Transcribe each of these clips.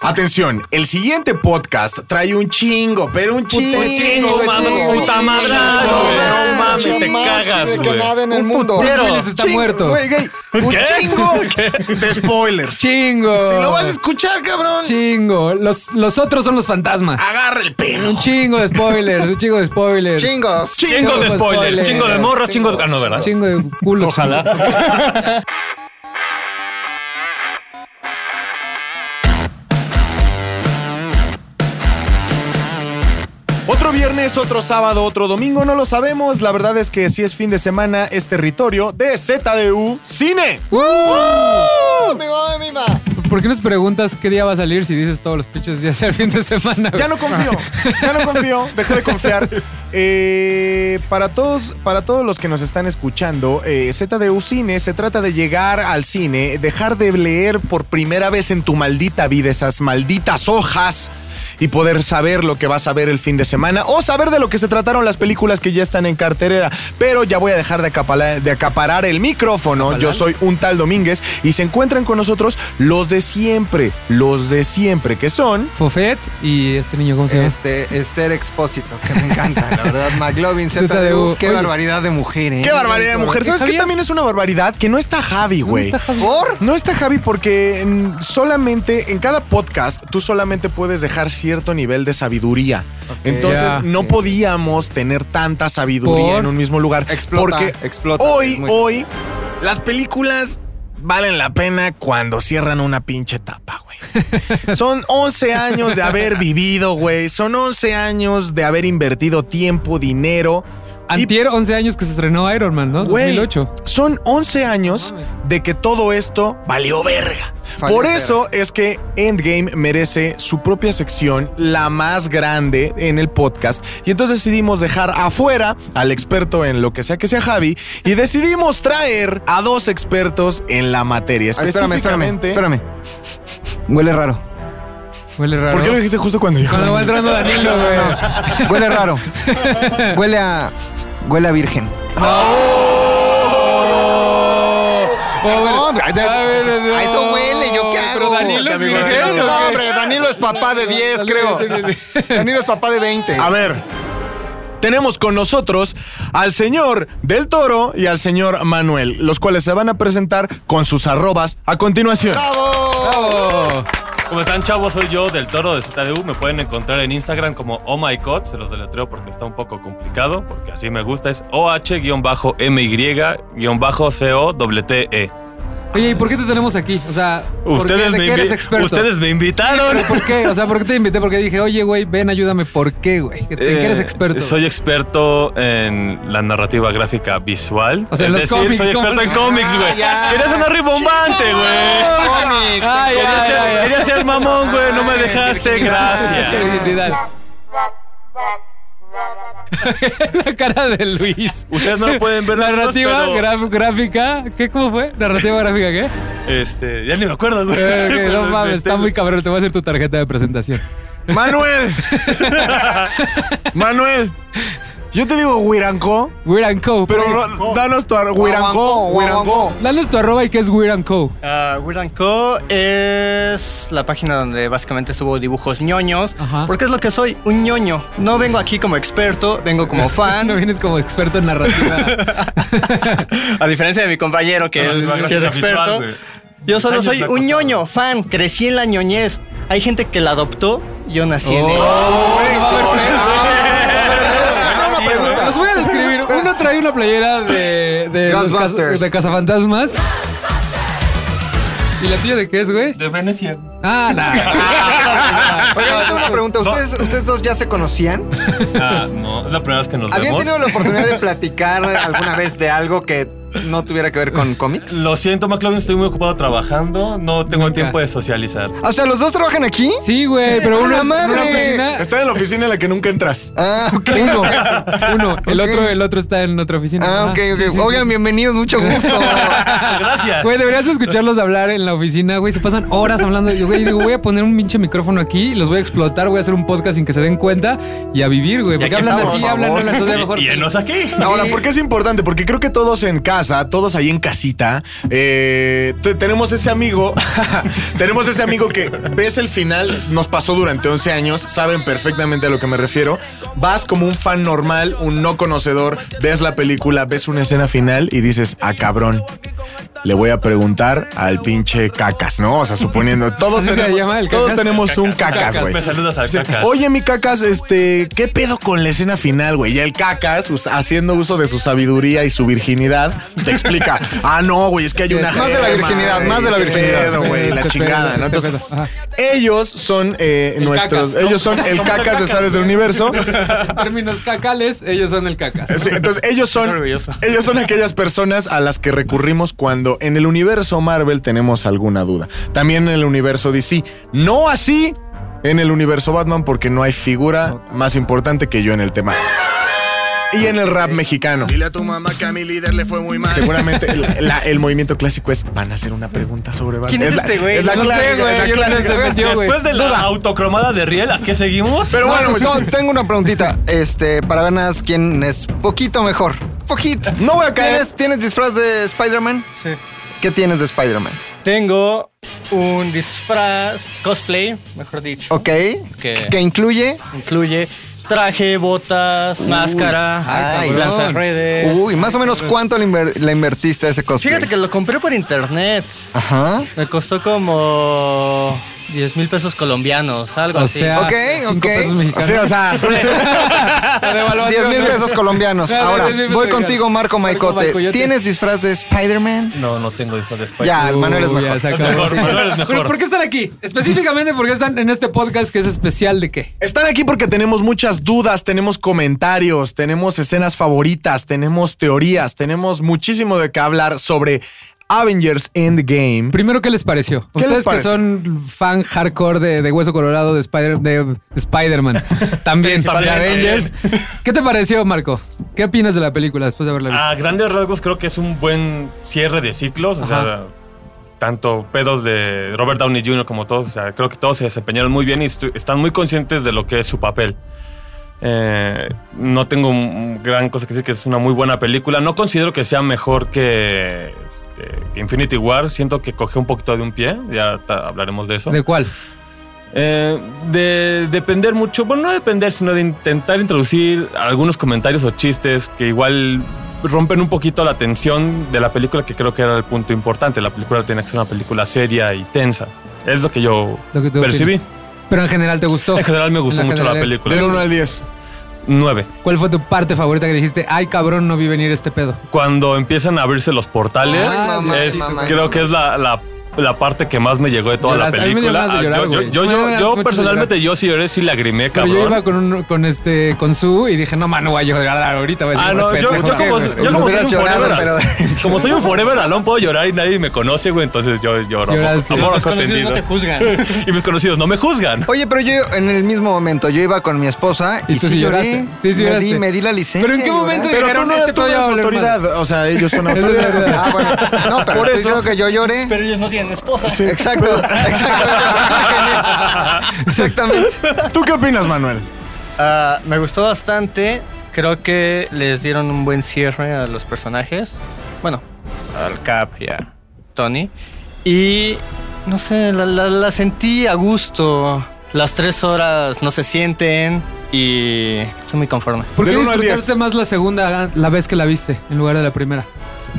Atención, el siguiente podcast trae un chingo, pero un chingo. Un chingo, chingo, mame, Pues chingo, puta chingo, madre, chingo, güey, güey. no mames, Chingo te más cagas, de que güey. nada en el Un mundo. putero. Güey, Está chingo, muerto. güey, güey, Un ¿Qué? chingo de spoilers. Chingo. Si lo vas a escuchar, cabrón, Chingo. Los, los otros son los fantasmas. agarra el Un pelo. chingo de spoilers, un chingo de spoilers. Chingos. Chingo de spoiler, chingo de morra, chingo de. Ah, no, ¿verdad? Chingo de culos. Ojalá. Otro viernes, otro sábado, otro domingo, no lo sabemos. La verdad es que si es fin de semana, es territorio de ZDU Cine. Mi mamá, mi mamá. Uh. ¿Por qué nos preguntas qué día va a salir si dices todos los pinches días del fin de semana? güey? Ya no confío, ya no confío, dejé de confiar. Eh, para, todos, para todos los que nos están escuchando, eh, ZDU Cine se trata de llegar al cine, dejar de leer por primera vez en tu maldita vida esas malditas hojas y poder saber lo que vas a ver el fin de semana o saber de lo que se trataron las películas que ya están en carterera. Pero ya voy a dejar de acaparar, de acaparar el micrófono. Yo soy un tal Domínguez y se encuentran con nosotros los de siempre, los de siempre, que son... Fofet y este niño, ¿cómo se llama? Este, Esther Expósito, que me encanta, la verdad. McLovin, ZDU. ZDU. Qué Oye. barbaridad de mujer, ¿eh? Qué barbaridad de mujer. ¿Qué, ¿Sabes qué Javier? también es una barbaridad? Que no está Javi, ¿Dónde güey. Oh, está Javi? ¿Por? No está Javi porque mm, solamente en cada podcast tú solamente puedes dejar cierto nivel de sabiduría. Entonces Ya. no Ok. podíamos tener tanta sabiduría ¿Por? en un mismo lugar. Explota, porque explota. hoy, Es muy- Ah, hoy, las películas valen la pena cuando cierran una pinche tapa, güey. Son 11 años de haber vivido, güey. Son 11 años de haber invertido tiempo, dinero. y Antier, 11 años que se estrenó Iron Man, ¿no? Güey, 2008. Son 11 años No mames. de que todo esto valió verga. Valió Por verga. eso es que Endgame merece su propia sección, la más grande en el podcast. Y entonces decidimos dejar afuera al experto en lo que sea que sea Javi y decidimos traer a dos expertos en la materia. Ah, espérame, espérame, Específicamente, espérame. Huele raro. Huele raro. ¿Por qué lo dijiste justo cuando yo? Cuando va entrando Danilo, güey. Huele raro. Huele a. Huele a virgen. Oh. Perdón, A ver, no. a eso huele, ¿yo qué Pero hago? Danilo es Amigo, virgen, ¿o No, qué? hombre, Danilo es papá de 10, creo. Danilo es papá de 20. A ver. Tenemos con nosotros al señor Del Toro y al señor Manuel, los cuales se van a presentar con sus arrobas a continuación. ¡Bravo! Oh. ¿Cómo están, chavos? Soy yo, del Toro de ZDU. Me pueden encontrar en Instagram como Oh My God. Se los deletreo porque está un poco complicado, porque así me gusta. Es OH-MY-COWTE. Oye, ¿y por qué te tenemos aquí? O sea, ¿por E. Ustedes qué, ¿de me, qué eres invi- experto? ustedes me invitaron. ¿Pero ¿Por qué? O sea, ¿por qué te invité? Porque dije, oye, güey, ven, ayúdame. ¿Por qué, güey? ¿En qué eres Eh, experto? Soy experto en la narrativa gráfica visual. O sea, es los decir, cómics, soy experto ¿cómo? en cómics, Ah, güey. ya. Quería sonar ribombante, güey. Cómics. Ay, Quería ay, ay, ser- ay. Quería ser mamón, güey. No me Ay, dejaste. virginidad. Gracias. Identidad. La cara de Luis. Ustedes no lo pueden ver. Narrativa pero- graf- gráfica. ¿Qué? ¿Cómo fue? Narrativa gráfica, ¿qué? Este, ya ni me acuerdo, güey. Eh, ok, no Pero mames, está tengo- muy cabrón. Te voy a hacer tu tarjeta de presentación. Manuel. Manuel. Yo te digo Huiranco, Weird and Co. pero please. no- danos tu arroba. Huiranco, Huiranco. Danos tu arroba y qué es Weird and Co. Ah, Weird and Co. es la página donde básicamente subo dibujos ñoños. Ajá. Porque es lo que soy, un ñoño. No vengo aquí como experto, vengo como No fan. vienes como experto en narrativa. a diferencia de mi compañero que él Narrativa sí es Ah, gráfica experto. visual, güey. yo solo Años soy me ha un costado. ñoño, fan. Crecí en la ñoñez. Hay gente que la adoptó, yo nací en Oh, ella. no va a haber pedo. Yo tengo una pregunta. Los voy a describir. Uno trae una playera de, de, los Ghostbusters. caz- de cazafantasmas. ¿Y la tuya de qué es, güey? De Venecia. Ah, nada. Oiga, yo tengo una pregunta. ¿Ustedes, ¿Ustedes dos ya se conocían? Ah, no, es la primera vez que nos ¿Habían vemos. tenido la oportunidad de platicar alguna vez de algo que no tuviera que ver con cómics? Lo siento, McLovin, estoy muy ocupado trabajando. No tengo Nunca. tiempo de socializar. O sea, ¿los dos trabajan aquí? Sí, güey, pero uno ¡A la es una madre! oficina. Está en la oficina en la que nunca entras. Ah, ok. Uno, uno. El otro, el otro está en otra oficina. Ah, Ajá, ok, ok. sí, sí, Oigan, sí. bienvenidos, mucho gusto. Gracias. Güey, deberías escucharlos hablar en la oficina, güey. Se pasan horas hablando. Yo, güey, digo, voy a poner un pinche micrófono aquí, y los voy a explotar, voy a hacer un podcast sin que se den cuenta y a vivir, güey. Porque aquí hablan estamos, así, por hablan, favor. hablan. Entonces, a lo mejor. Y, y enos aquí. Ahora, Y- ¿por qué es importante? Porque creo que todos en casa, todos ahí en casita, eh, te- tenemos ese amigo, tenemos ese amigo que ves el final, nos pasó durante 11 años, saben perfectamente a lo que me refiero. Vas como un fan normal, un no conocedor, ves la película, ves una escena final y dices, ah, cabrón, le voy a preguntar al pinche cacas, ¿no? O sea, suponiendo, todos, ¿Así se tenemos, llama el todos Cacas? tenemos un Cacas. cacas, güey. Me saludas al Sí. cacas. Oye, mi cacas, este, ¿qué pedo con la escena final, güey? Y el cacas, us- haciendo uso de su sabiduría y su virginidad, te explica, ah, no, güey, es que hay una... Más de la gema, virginidad, güey, más de la qué virginidad. pedo, güey, la Este chingada, pedo, ¿no? este Entonces, pedo, ajá. ellos son eh, El nuestros, Cacas, ¿no? ellos son el cacas de Sabes del Universo. En términos cacales, ellos son el cacas. Sí, entonces ellos son Estoy orgulloso. ellos son aquellas personas a las que recurrimos cuando en el universo Marvel tenemos alguna duda. También en el universo DC, no así en el universo Batman porque no hay figura más importante que yo en el tema. Y en el rap mexicano. Dile a tu mamá que a mi líder le fue muy mal. Seguramente la- la- el movimiento clásico es van a hacer una pregunta sobre Batman. ¿Quién es la- este güey? es la No sé, clásica, güey, es la yo no sé, clásica. se metió, güey. Después de la Duda. autocromada de Riel, ¿a qué seguimos? Pero bueno, No, pues, no, tengo una preguntita. Este, para ver nada más quién es poquito mejor. Poquito. no voy a caer. ¿Tienes, ¿Tienes disfraz de Spider-Man? Sí. ¿Qué tienes de Spider-Man? Tengo un disfraz, cosplay, mejor dicho, Ok. Que incluye. incluye traje, botas, máscara, ay, cabrón. lanzarredes. Uy, más o menos cuánto le, inver- le invertiste a ese cosplay. Fíjate que lo compré por internet. Ajá. Me costó como 10 mil pesos colombianos, algo O así. sea, Ok, 5 ok. pesos mexicanos. Sí, o sea, La devaluación, 10 mil güey. pesos colombianos. No, no, Ahora, 10,000 pesos voy mexicanos. contigo, Marco Marco Maicote. Maicoyote. ¿Tienes disfraz de Spider-Man? No, no tengo esto de Spider-Man. Ya, Uy, Manuel es ya mejor. se acabó. Mejor, Sí. Manuel es Pero, mejor. ¿Por qué están aquí? Específicamente, ¿por qué están en este podcast que es especial de qué? Están aquí porque tenemos muchas dudas, tenemos comentarios, tenemos escenas favoritas, tenemos teorías, tenemos muchísimo de qué hablar sobre Avengers Endgame. Primero, ¿qué les pareció? ¿Qué les Ustedes que parece? son fan hardcore de, de Hueso Colorado, de Spider- de Spider-Man, también, de Principalmente. Avengers. ¿Qué te pareció, Marco? ¿Qué opinas de la película después de haberla visto? A grandes rasgos creo que es un buen cierre de ciclos, o sea, Ajá. tanto pedos de Robert Downey Jr. como todos, o sea, creo que todos se desempeñaron muy bien y estu- están muy conscientes de lo que es su papel. Eh, no tengo un- gran cosa que decir que es una muy buena película. No considero que sea mejor que, este, que Infinity War. Siento que coge un poquito de un pie. Ya ta- hablaremos de eso. ¿De cuál? Eh, de depender mucho, bueno, no depender, sino de intentar introducir algunos comentarios o chistes que igual rompen un poquito la tensión de la película, que creo que era el punto importante. La película tenía que ser una película seria y tensa. Es lo que yo Lo que tú percibí. opinas. Pero en general, ¿te gustó? En general me gustó En la mucho la general. película. Del 1 al 10. 9. ¿Cuál fue tu parte favorita que dijiste, ay cabrón, no vi venir este pedo? Cuando empiezan a abrirse los portales, Ay, Ah, mamá, es- mamá, creo mamá. que es la, la- la parte que más me llegó de toda Lloraste. la A mí me dio película. ganas de Ah, llorar, yo- yo güey. yo- Me dio yo- ganas yo mucho de personalmente, yo sí lloré, sí lagrimé, Pero cabrón. yo iba con, un- con este, con su y dije, no, mano, voy a llorar ahorita. Voy a decir, Ah, "Pues, no, yo, pendejo, yo ¿qué, como, güey?" yo como soy Hubieras un llorado, forever, pero- como soy un forever alone, puedo llorar y nadie me conoce, güey, entonces yo lloro. Lloraste. Amor Los ojo Desconocidos tendido. no te juzgan. y mis conocidos no me juzgan. Oye, pero yo en el mismo momento, yo iba con mi esposa y, Y tú sí sí lloré. lloraste. Sí, sí me, lloraste. di, me di la licencia. ¿Pero en qué de llorar. momento Pero tú Dijeron, no, este tú no pedo ya eres va a valer autoridad, o sea, ellos son Eso es autoridad. verdad. Ah, bueno. No, pero Por por eso- eso que yo lloré. Pero ellos no tienen esposa. Sí, Exacto, exacto. Exactamente. ¿Tú qué opinas, Manuel? Ah, me gustó bastante. Creo que les dieron un buen cierre a los personajes. Bueno, al Cap y a Tony. Y no sé, la, la- la sentí a gusto. Las tres horas no se sienten y estoy muy conforme. ¿Por qué Del uno al disfrutaste más la segunda la vez que la viste en lugar de la primera?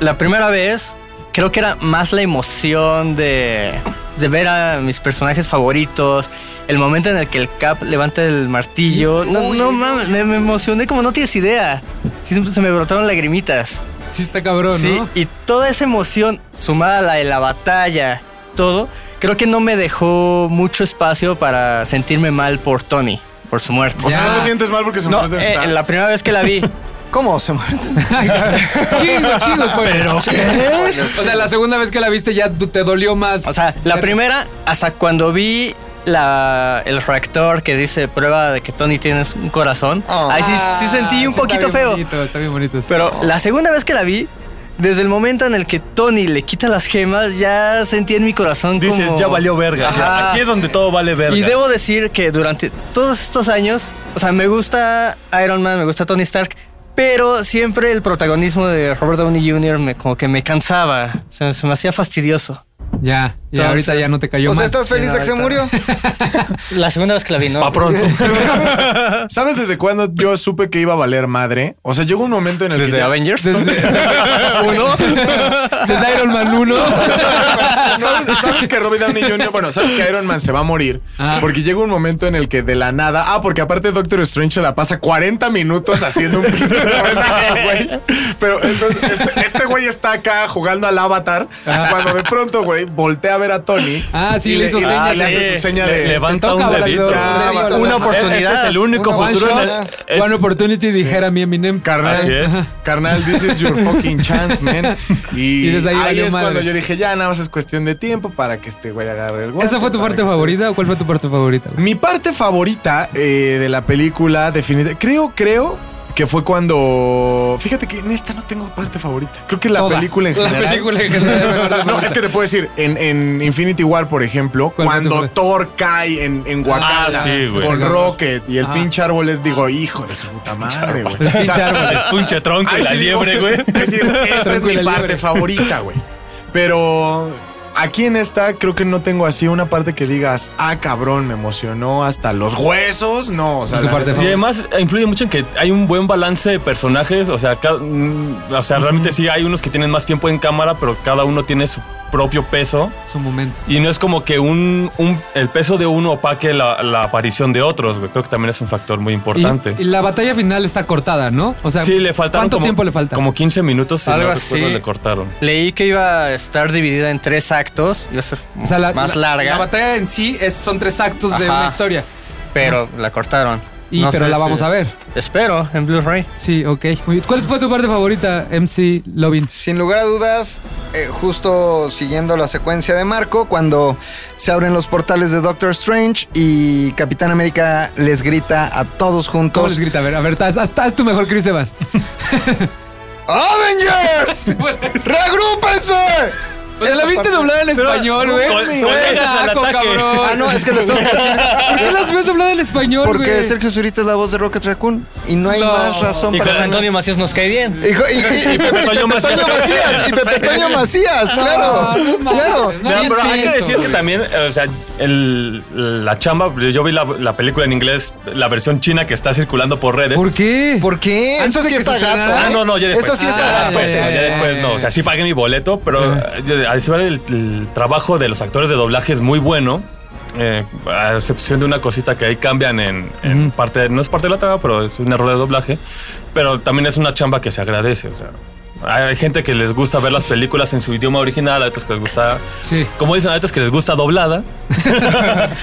La primera vez creo que era más la emoción de, de ver a mis personajes favoritos. El momento en el que el Cap levanta el martillo. No, no mames, me, me emocioné como no tienes idea. Sí, se me brotaron lagrimitas. Sí, está cabrón, Sí, Oh, ¿no? y toda esa emoción sumada a la de la batalla, todo, creo que no me dejó mucho espacio para sentirme mal por Tony, por su muerte. O sea, Ya. no te sientes mal porque se no, murió de eh, estar? la primera vez que la vi. ¿Cómo se muerde? Ay, cabrón. Chingo, chingo, spoiler. O sea, la segunda vez que la viste ya te dolió más. O sea, la primera, hasta cuando vi la, el reactor que dice prueba de que Tony tiene un corazón, Oh. ahí sí, sí Ah, sentí un sí, poquito está bien feo. bonito, está bien bonito. sí. Pero la segunda vez que la vi, desde el momento en el que Tony le quita las gemas, ya sentí en mi corazón Dices, como- ya valió verga. ya. Ajá. Aquí es donde todo vale verga. Y debo decir que durante todos estos años, o sea, me gusta Iron Man, me gusta Tony Stark, Pero siempre el protagonismo de Robert Downey Jr. Me, como que me cansaba. Se, se me hacía fastidioso. Ya, ya Entonces- ahorita ya no te cayó O sea, mal. ¿estás feliz de que se murió? ahorita. La segunda vez que la vi, ¿no? Pa' pronto. ¿Sabes desde cuándo yo supe que iba a valer madre? O sea, llegó un momento en el que. ya- Avengers. Desde, uno. Desde Iron Man 1. ¿Sabes, sabes que Robert Downey Jr. Bueno, sabes que Iron Man se va a morir. Ah. Porque llega un momento en el que de la nada. Ah, porque aparte Doctor Strange se la pasa 40 minutos haciendo un pinche travesaño, este güey. Pero entonces, este- este güey está acá jugando al avatar. Cuando de pronto, güey, voltea a ver a Tony. Ah, sí, y le hizo ah, señas, le hace sí. su seña Le- de. levanta un dedito. Ah, Ah, Una Este es oportunidad. el único One futuro en el- shot, es- one opportunity, dijera mi Eminem. Carnal, Así es. carnal, this is your fucking chance, man. Y, Y desde ahí ahí, valió es madre. cuando yo dije, ya nada más es cuestión de tiempo para que este güey agarre el guante. ¿Esa fue tu para parte que este- favorita o cuál fue tu parte favorita? güey? Mi parte favorita eh, de la película, definitivamente, creo, creo que fue cuando... Fíjate que en esta no tengo parte favorita. Creo que la Toda. película en general... La película en general. No, es que te puedo decir, en, en Infinity War, por ejemplo, ¿Cuál fue cuando tu favorita? Thor cae en, en Wakanda Ah, sí, güey. con Rocket y el Ah. pinche árbol es, digo, hijo de su puta madre, güey. El pinche O sea, árbol. Es punche tronco y Ahí la sí digo, liebre, güey. Es decir, esta es Tronco y mi la parte liebre. favorita, güey. Pero aquí en esta creo que no tengo así una parte que digas, ah, cabrón, me emocionó hasta los huesos. No, o sea, Es tu la parte neta- Y además eh, influye mucho en que hay un buen balance de personajes. O sea, ca- mm, o sea realmente sí hay unos que tienen más tiempo en cámara, pero cada uno tiene su propio peso. Su momento. Y no es como que un, un- el peso de uno opaque la, la aparición de otros, güey. Creo que también es un factor muy Y, importante. y la batalla final está cortada, ¿no? O sea, sí, le faltaron ¿cuánto como, tiempo le falta? Como 15 minutos, si Algo no recuerdo, así. le cortaron. Leí que iba a estar dividida en tres actos. Iba a ser o sea, la, más la- larga, La batalla en sí es, son tres actos de Ajá. una historia. pero la cortaron. Y, No pero sé la si- vamos a ver. Espero, en Blu-ray. Sí, ok. Muy bien. ¿Cuál fue tu parte favorita, MC Lovin? Sin lugar a dudas, eh, justo siguiendo la secuencia de Marco, cuando se abren los portales de Doctor Strange y Capitán América les grita a todos ¿Cómo les juntos: grita? A ver, a ver, haz, haz- haz tu mejor Chris Evans. ¡Avengers! ¡Regrúpense! O sea, la viste doblada en español, güey. con- Güey, colegas al naco, ataque. cabrón. Ah, no, es que les tengo que hacer. ¿Por qué las ves doblada en español, güey? Porque Sergio Zurita es la voz de Rocket Raccoon y no hay No. más razón Y con para Antonio Macías nos cae bien. Y, y- y- y Pepe Toño Macías. Y Pepe Toño Macías, No, claro. no mames, claro. no No, Sí, pero hay sí, que eso, decir que güey. también, eh, o sea, el- la chamba, yo vi la, la película en inglés, la versión china que está circulando por redes. ¿Por qué? ¿Por qué? Antes Eso de sí que está se gato. estrenara. Ah, no, no, ya después. ¿Eh? Eso sí está Ah. Ah, ya gato. después, ya, no, ya, ya después ya, no. ya. O sea, sí pagué mi boleto, pero Ajá. eh, a decir verdad, el, el trabajo de los actores de doblaje es muy bueno. eh, a excepción de una cosita que ahí cambian en, en Ujú. parte, no es parte de la trama, pero es un error de doblaje. Pero también es una chamba que se agradece. O sea, hay gente que les gusta ver las películas en su idioma original, hay otros que les gusta, Sí. como dicen, hay otros que les gusta doblada.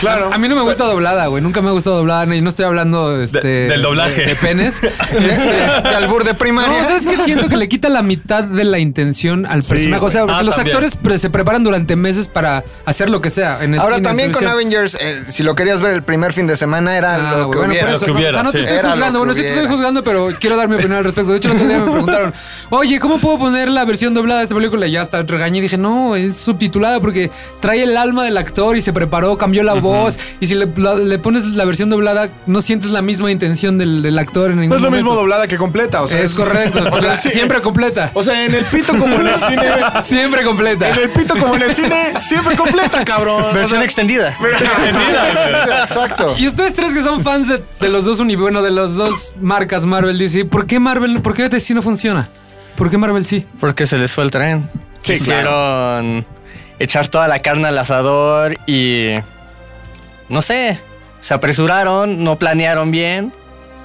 Claro. A mí no me gusta doblada, güey. Nunca me ha gustado doblada. Y no estoy hablando este, del doblaje. De, de penes. De, este, de- de albur de No, primaria. ¿sabes qué? Siento que le quita la mitad de la intención al personaje. O sea, güey. porque Ah, los también. actores pre- se preparan durante meses para hacer lo que sea. En el Ahora cine, en también con televisión. Avengers, eh, si lo querías ver el primer fin de semana, era Ah, lo que güey, bueno, hubiera. por Lo eso, que ¿no? hubiera, o sea, no te sí. estoy Era lo juzgando. que Bueno, sí te estoy hubiera. juzgando, pero quiero dar mi opinión al respecto. De hecho, el otro día me preguntaron, oye, ¿cómo puedo poner la versión doblada de esta película? Y ya hasta regañé y dije, no, es subtitulada porque trae el alma del actor y se preparó, cambió la voz. Y si le, la- le pones la versión doblada, no sientes la misma intención del, del actor en ningún No es lo mismo momento. doblada que completa, o sea. es correcto. O sea, O sea, sí. siempre completa. O sea, en el pito como en el cine. Siempre completa. En el pito como en el cine, siempre completa, cabrón. O Versión sea, extendida. Exacto. Y ustedes tres que son fans de, de los dos uni, bueno, de las dos marcas Marvel DC, ¿por qué Marvel, por qué DC no funciona? ¿Por qué Marvel sí? Porque se les fue el tren. Sí, Quisieron echar toda la carne al asador y. No sé. Se apresuraron, no planearon bien.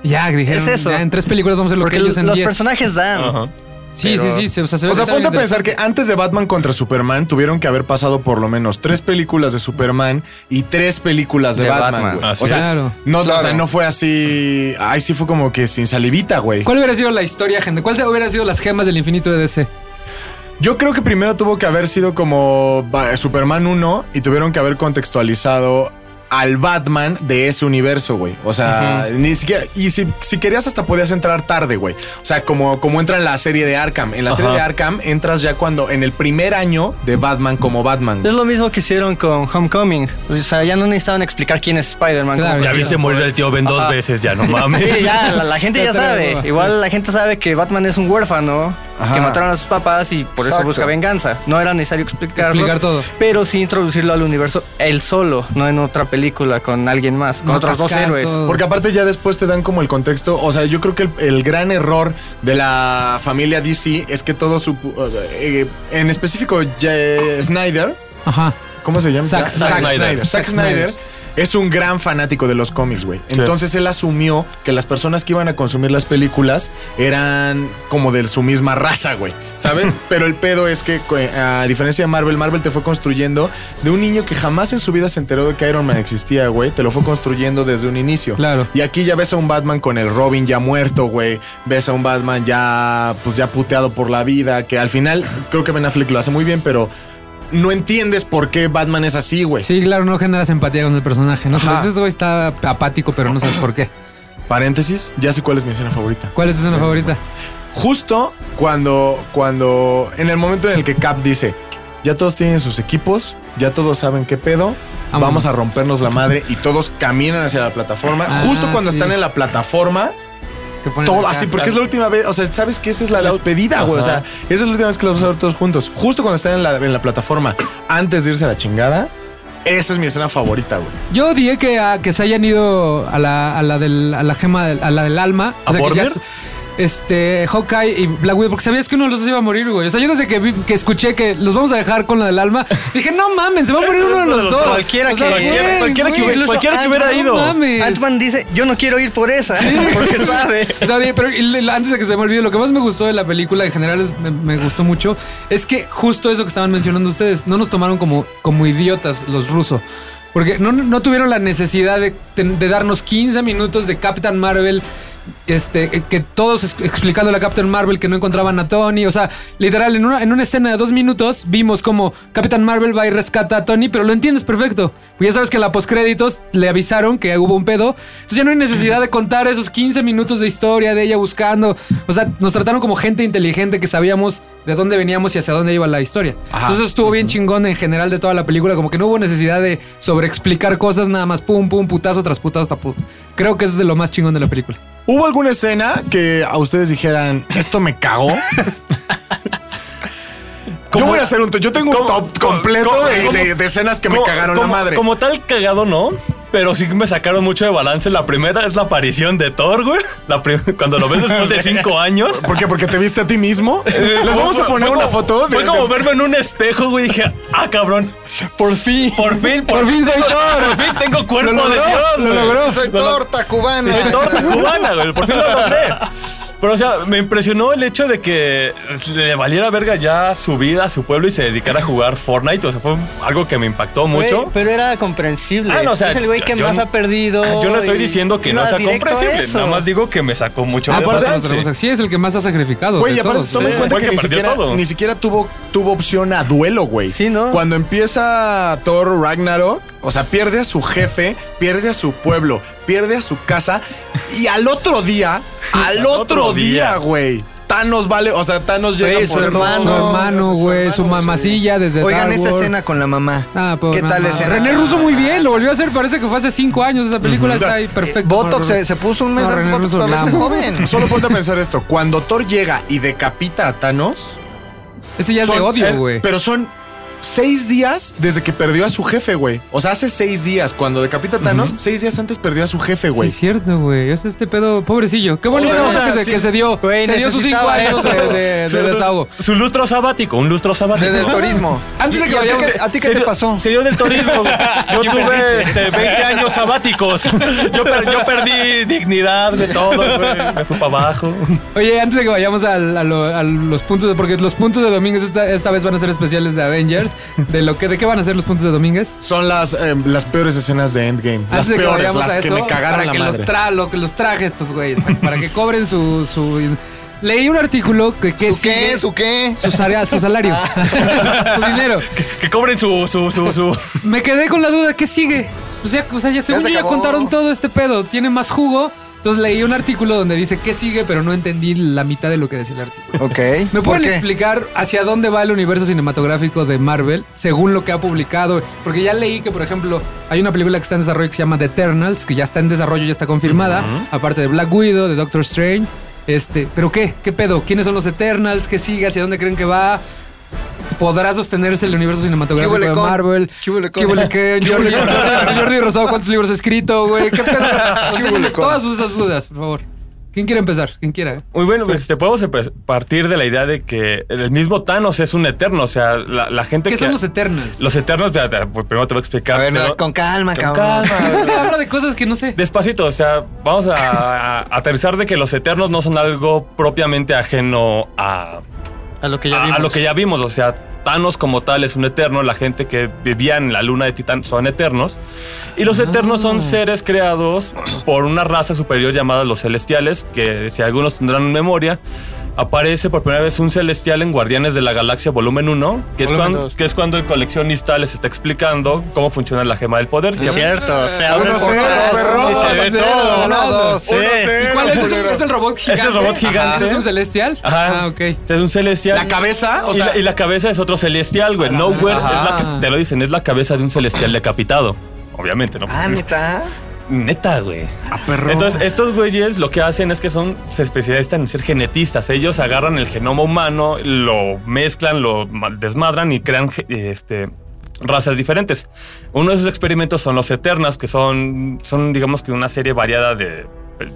Ya, dijeron, Es eso. ya, en tres películas vamos a hacer lo porque que ellos en los diez. personajes dan. Ajá. Sí, pero- sí, sí, se- O sea, se ve O sea, que está ponte a bien pensar que antes de Batman contra Superman tuvieron que haber pasado por lo menos tres películas de Superman y tres películas de, De Batman. Batman. güey. Así O sea, Claro. no, o sea, Claro. no fue así. Ay, sí fue como que sin salivita, güey. ¿Cuál hubiera sido la historia, gente? ¿Cuál se- hubiera sido las gemas del infinito de DC? Yo creo que primero tuvo que haber sido como va, Superman 1 y tuvieron que haber contextualizado al Batman de ese universo, güey. O sea, ni siquiera. Y si, si querías, hasta podías entrar tarde, güey. O sea, como, como entra en la serie de Arkham. En la serie Ajá. de Arkham entras ya cuando. En el primer año de Batman como Batman. Es lo mismo que hicieron con Homecoming. O sea, ya no necesitaban explicar quién es Spider-Man. Claro. como Ya que- viste morir al tío Ben dos veces, ya no mames. Pues Sí, ya, la, la gente Ya ya te la sabe. hueva, Igual la gente sabe que Batman es un huérfano, Ajá. que mataron a sus papás y por Exacto. eso busca venganza. No era necesario explicarlo. Explicar todo. Pero sí introducirlo al universo él solo, no en otra película, con alguien más, con No otros dos cascar héroes. todo. Porque aparte ya después te dan como el contexto, o sea, yo creo que el, el gran error de la familia DC es que todo su... eh, en específico, ya- Snyder, Ajá. ¿cómo se llama? Zack Snyder. Zack Zack Snyder. Snyder. Es un gran fanático de los cómics, güey. Sí. Entonces él asumió que las personas que iban a consumir las películas eran como de su misma raza, güey. ¿Sabes? Pero el pedo es que, co- a diferencia de Marvel, Marvel te fue construyendo de un niño que jamás en su vida se enteró de que Iron Man existía, güey. Te lo fue construyendo desde un inicio. Claro. Y aquí ya ves a un Batman con el Robin ya muerto, güey. Ves a un Batman ya, pues ya puteado por la vida. Que al final, creo que Ben Affleck lo hace muy bien, pero no entiendes por qué Batman es así, güey. Sí, claro, no generas empatía con el personaje. No Pues. Ajá. sabes, este güey está apático, pero no sabes por qué. Paréntesis, ya sé cuál es mi escena favorita. ¿Cuál es tu escena favorita? Justo cuando, cuando, en el momento en el que Cap dice, ya todos tienen sus equipos, ya todos saben qué pedo, vamos Vámonos. a rompernos la madre y todos caminan hacia la plataforma. Ah, Justo cuando sí. están en la plataforma, Que ponen Todo acá. así, porque es la última vez, o sea, sabes que esa es la despedida, güey. O sea, Ajá. esa es la última vez que los vas a ver todos juntos. Justo cuando están en la, en la plataforma, antes de irse a la chingada, esa es mi escena favorita, güey. Yo odié que, a- que se hayan ido a la, a la, del, a la gema, del- a la del alma. ¿A que Boromir? es- este, Hawkeye y Black Widow, porque sabías que uno de los dos iba a morir, güey. O sea, yo desde que, vi- que escuché que los vamos a dejar con la del alma, dije, no mames, se va a morir uno de los dos. Cualquiera O sea, que- Cualquiera- güey, cualquiera que güey. hubiera- cualquiera que hubiera Ant-Man, ido. No mames. Ant-Man dice, yo no quiero ir por esa, porque sabe. O sea, oye, pero y le- antes de que se me olvide, lo que más me gustó de la película en general, es- me, me gustó mucho, es que justo eso que estaban mencionando ustedes, no nos tomaron como, como idiotas los rusos. Porque no, no tuvieron la necesidad de, ten- de darnos 15 minutos de Captain Marvel, este, eh, que todos es- explicándole a Captain Marvel que no encontraban a Tony. O sea, literal, en una, en una escena de dos minutos vimos como Captain Marvel va y rescata a Tony, pero lo entiendes perfecto. Porque ya sabes que en la postcréditos le avisaron que hubo un pedo. Entonces ya no hay necesidad de contar esos 15 minutos de historia de ella buscando. O sea, nos trataron como gente inteligente que sabíamos de dónde veníamos y hacia dónde iba la historia. Entonces eso estuvo bien chingón en general de toda la película. Como que no hubo necesidad de sobreexplicar cosas, nada más pum, pum, putazo tras putazo. tras putazo. Creo que es de lo más chingón de la película. ¿Hubo alguna escena que a ustedes dijeran, esto me cagó? Yo voy a hacer un top. Yo tengo un ¿Cómo- top cómo- completo cómo- de, cómo- de- de escenas que me Como- cagaron como, la madre. Como tal cagado no, pero sí me sacaron mucho de balance. La primera es la aparición de Thor, güey. La prim- cuando lo ves después de cinco años. ¿Por qué? ¿Porque te viste a ti mismo? Les vamos a Eh, Fue- poner fue una como- foto. de- Fue como de- verme en un espejo, güey. y Dije, ah, cabrón. Por fin. Por fin, por, Por fin soy Por Thor. fin tengo cuerpo Lo logró, de Dios, lo güey. logró. Soy torta cubana. Soy torta cubana, güey. Por fin lo logré. Pero, o sea, me impresionó el hecho de que le valiera verga ya su vida, a su pueblo y se dedicara a jugar Fortnite. O sea, fue algo que me impactó mucho. Güey, pero era comprensible. Ah, no, o sea, es el güey que yo- yo más no- ha perdido. Yo no estoy y diciendo que iba no sea directo a comprensible, eso. nada más digo que me sacó mucho de Aparte- Nosotros balance. tenemos- Sí, es el que más ha sacrificado. Güey, y de aparte todos, ¿eh? toma en sí. güey. cuenta Fue que que ni perdió siquiera, todo. ni siquiera tuvo, tuvo opción a duelo, güey. Sí, ¿no? Cuando empieza Thor Ragnarok, o sea, pierde a su jefe, pierde a su pueblo, pierde a su casa y al otro día, al otro otro día. día, güey, Thanos vale, o sea, Thanos llega Güey, por su todo. hermano. Su hermano, no, güey, su su hermano, mamacilla desde Oigan, Dark esa World. escena con la mamá. Ah, pues, ¿Qué no tal mames. escena? René Russo muy bien, lo volvió a hacer, parece que fue hace cinco años esa película, Ujú. está ahí perfecto. Botox se, se puso un mes No, antes René Botox Russo, para la verse amo. joven. Solo ponte a pensar esto, cuando Thor llega y decapita a Thanos, Ese ya es de son- eh, odio, güey. Pero son seis días desde que perdió a su jefe, güey. O sea, hace seis días, cuando decapita a Thanos, seis días antes perdió a su jefe, Sí, güey. es cierto, güey. Es este pedo, pobrecillo. Qué bonito O sea, eso o sea, que, se, sí. que se dio. Güey, se dio sus cinco necesitaba años de, eso. de- de Su- su- desahogo. Su lustro sabático, un lustro sabático. Desde el turismo. Antes de ¿Y- que y a ti vayamos- qué- ¿A ti qué Se te dio- pasó? Se dio del turismo. güey. Yo tuve este, 20 años sabáticos. Yo, per- yo perdí dignidad de todo, güey. Me fui para abajo. Oye, antes de que vayamos al- a, lo- a los puntos, de- porque los puntos de Domínguez esta, esta vez van a ser especiales de Avengers. De lo que, ¿De qué van a ser los puntos de Domínguez? Son las, eh, las peores escenas de Endgame. las Antes de que peores, vayamos las a que eso, me cagaron para la que madre. los tra- lo que los traje estos güeyes, para, para que cobren su, su- Leí un artículo que, que ¿Su qué? sigue- ¿Su qué? su, sarea- su salario, su dinero. Ah. Que cobren su. su, su, su- Me quedé con la duda, ¿qué sigue? pues ya, o sea, ya según se yo ya acabó. contaron todo este pedo, tiene más jugo. Entonces leí un artículo donde dice qué sigue, pero no entendí la mitad de lo que decía el artículo. Ok. ¿Me ¿Por pueden qué? explicar hacia dónde va el universo cinematográfico de Marvel según lo que ha publicado? Porque ya leí que, por ejemplo, hay una película que está en desarrollo que se llama The Eternals, que ya está en desarrollo, ya está confirmada, aparte de Black Widow, de Doctor Strange. Este, ¿pero qué? ¿Qué pedo? ¿Quiénes son los Eternals? ¿Qué sigue? ¿Hacia dónde creen que va? ¿Podrá sostenerse el universo ¿Qué cinematográfico huele de con? Marvel? ¿Qué huele con? ¿Qué huele qué? Jordi, Jordi, Jordi Rosado, ¿cuántos libros ha escrito, güey? ¿Qué pedo? Contéstame con? Todas esas dudas, por favor. ¿Quién quiere empezar? ¿Quién quiera? Muy bueno, pues te podemos empe- partir de la idea de que el mismo Thanos es un eterno. O sea, la, la gente ¿Qué que. son los Eternals? Los eternos, espérate, pues primero te voy a explicar. A ver, pero- no, con calma, con cabrón. calma. Se habla de cosas que no sé. Despacito, o sea, vamos a, a aterrizar de que los eternos no son algo propiamente ajeno a, A lo que ya Ah, a- a vimos. lo que ya vimos. O sea, Thanos como tal es un eterno, la gente que vivía en la luna de Titán son eternos. Y los eternos son seres creados por una raza superior llamada los celestiales, que si algunos tendrán memoria, aparece por primera vez un celestial en Guardianes de la Galaxia volumen 1, que, es Volumen cuando, dos. que es cuando el coleccionista les está explicando cómo funciona la gema del poder. Es que- Ah, cierto, se abre Uno por cero, todos perro, y se ve uno todo. Uno, dos, Sí. Uno cero, ¿Cuál es? ¿Es el, culero. es el robot el gigante? Ah, robot gigante. ¿Es un celestial? Ajá. Ah, ok. O sea, es un celestial. La cabeza, o y, sea, la, y la cabeza es otro celestial, güey. Nowhere Ajá. es la que- te lo dicen, es la cabeza de un celestial decapitado. Obviamente, ¿no? Ah, neta. Neta, güey. Ah, perro. Entonces, estos güeyes lo que hacen es que son, se especializan en ser genetistas. Ellos agarran el genoma humano, lo mezclan, lo ma- desmadran y crean ge- este, razas diferentes. Uno de esos experimentos son los Eternas, que son, son digamos que una serie variada de,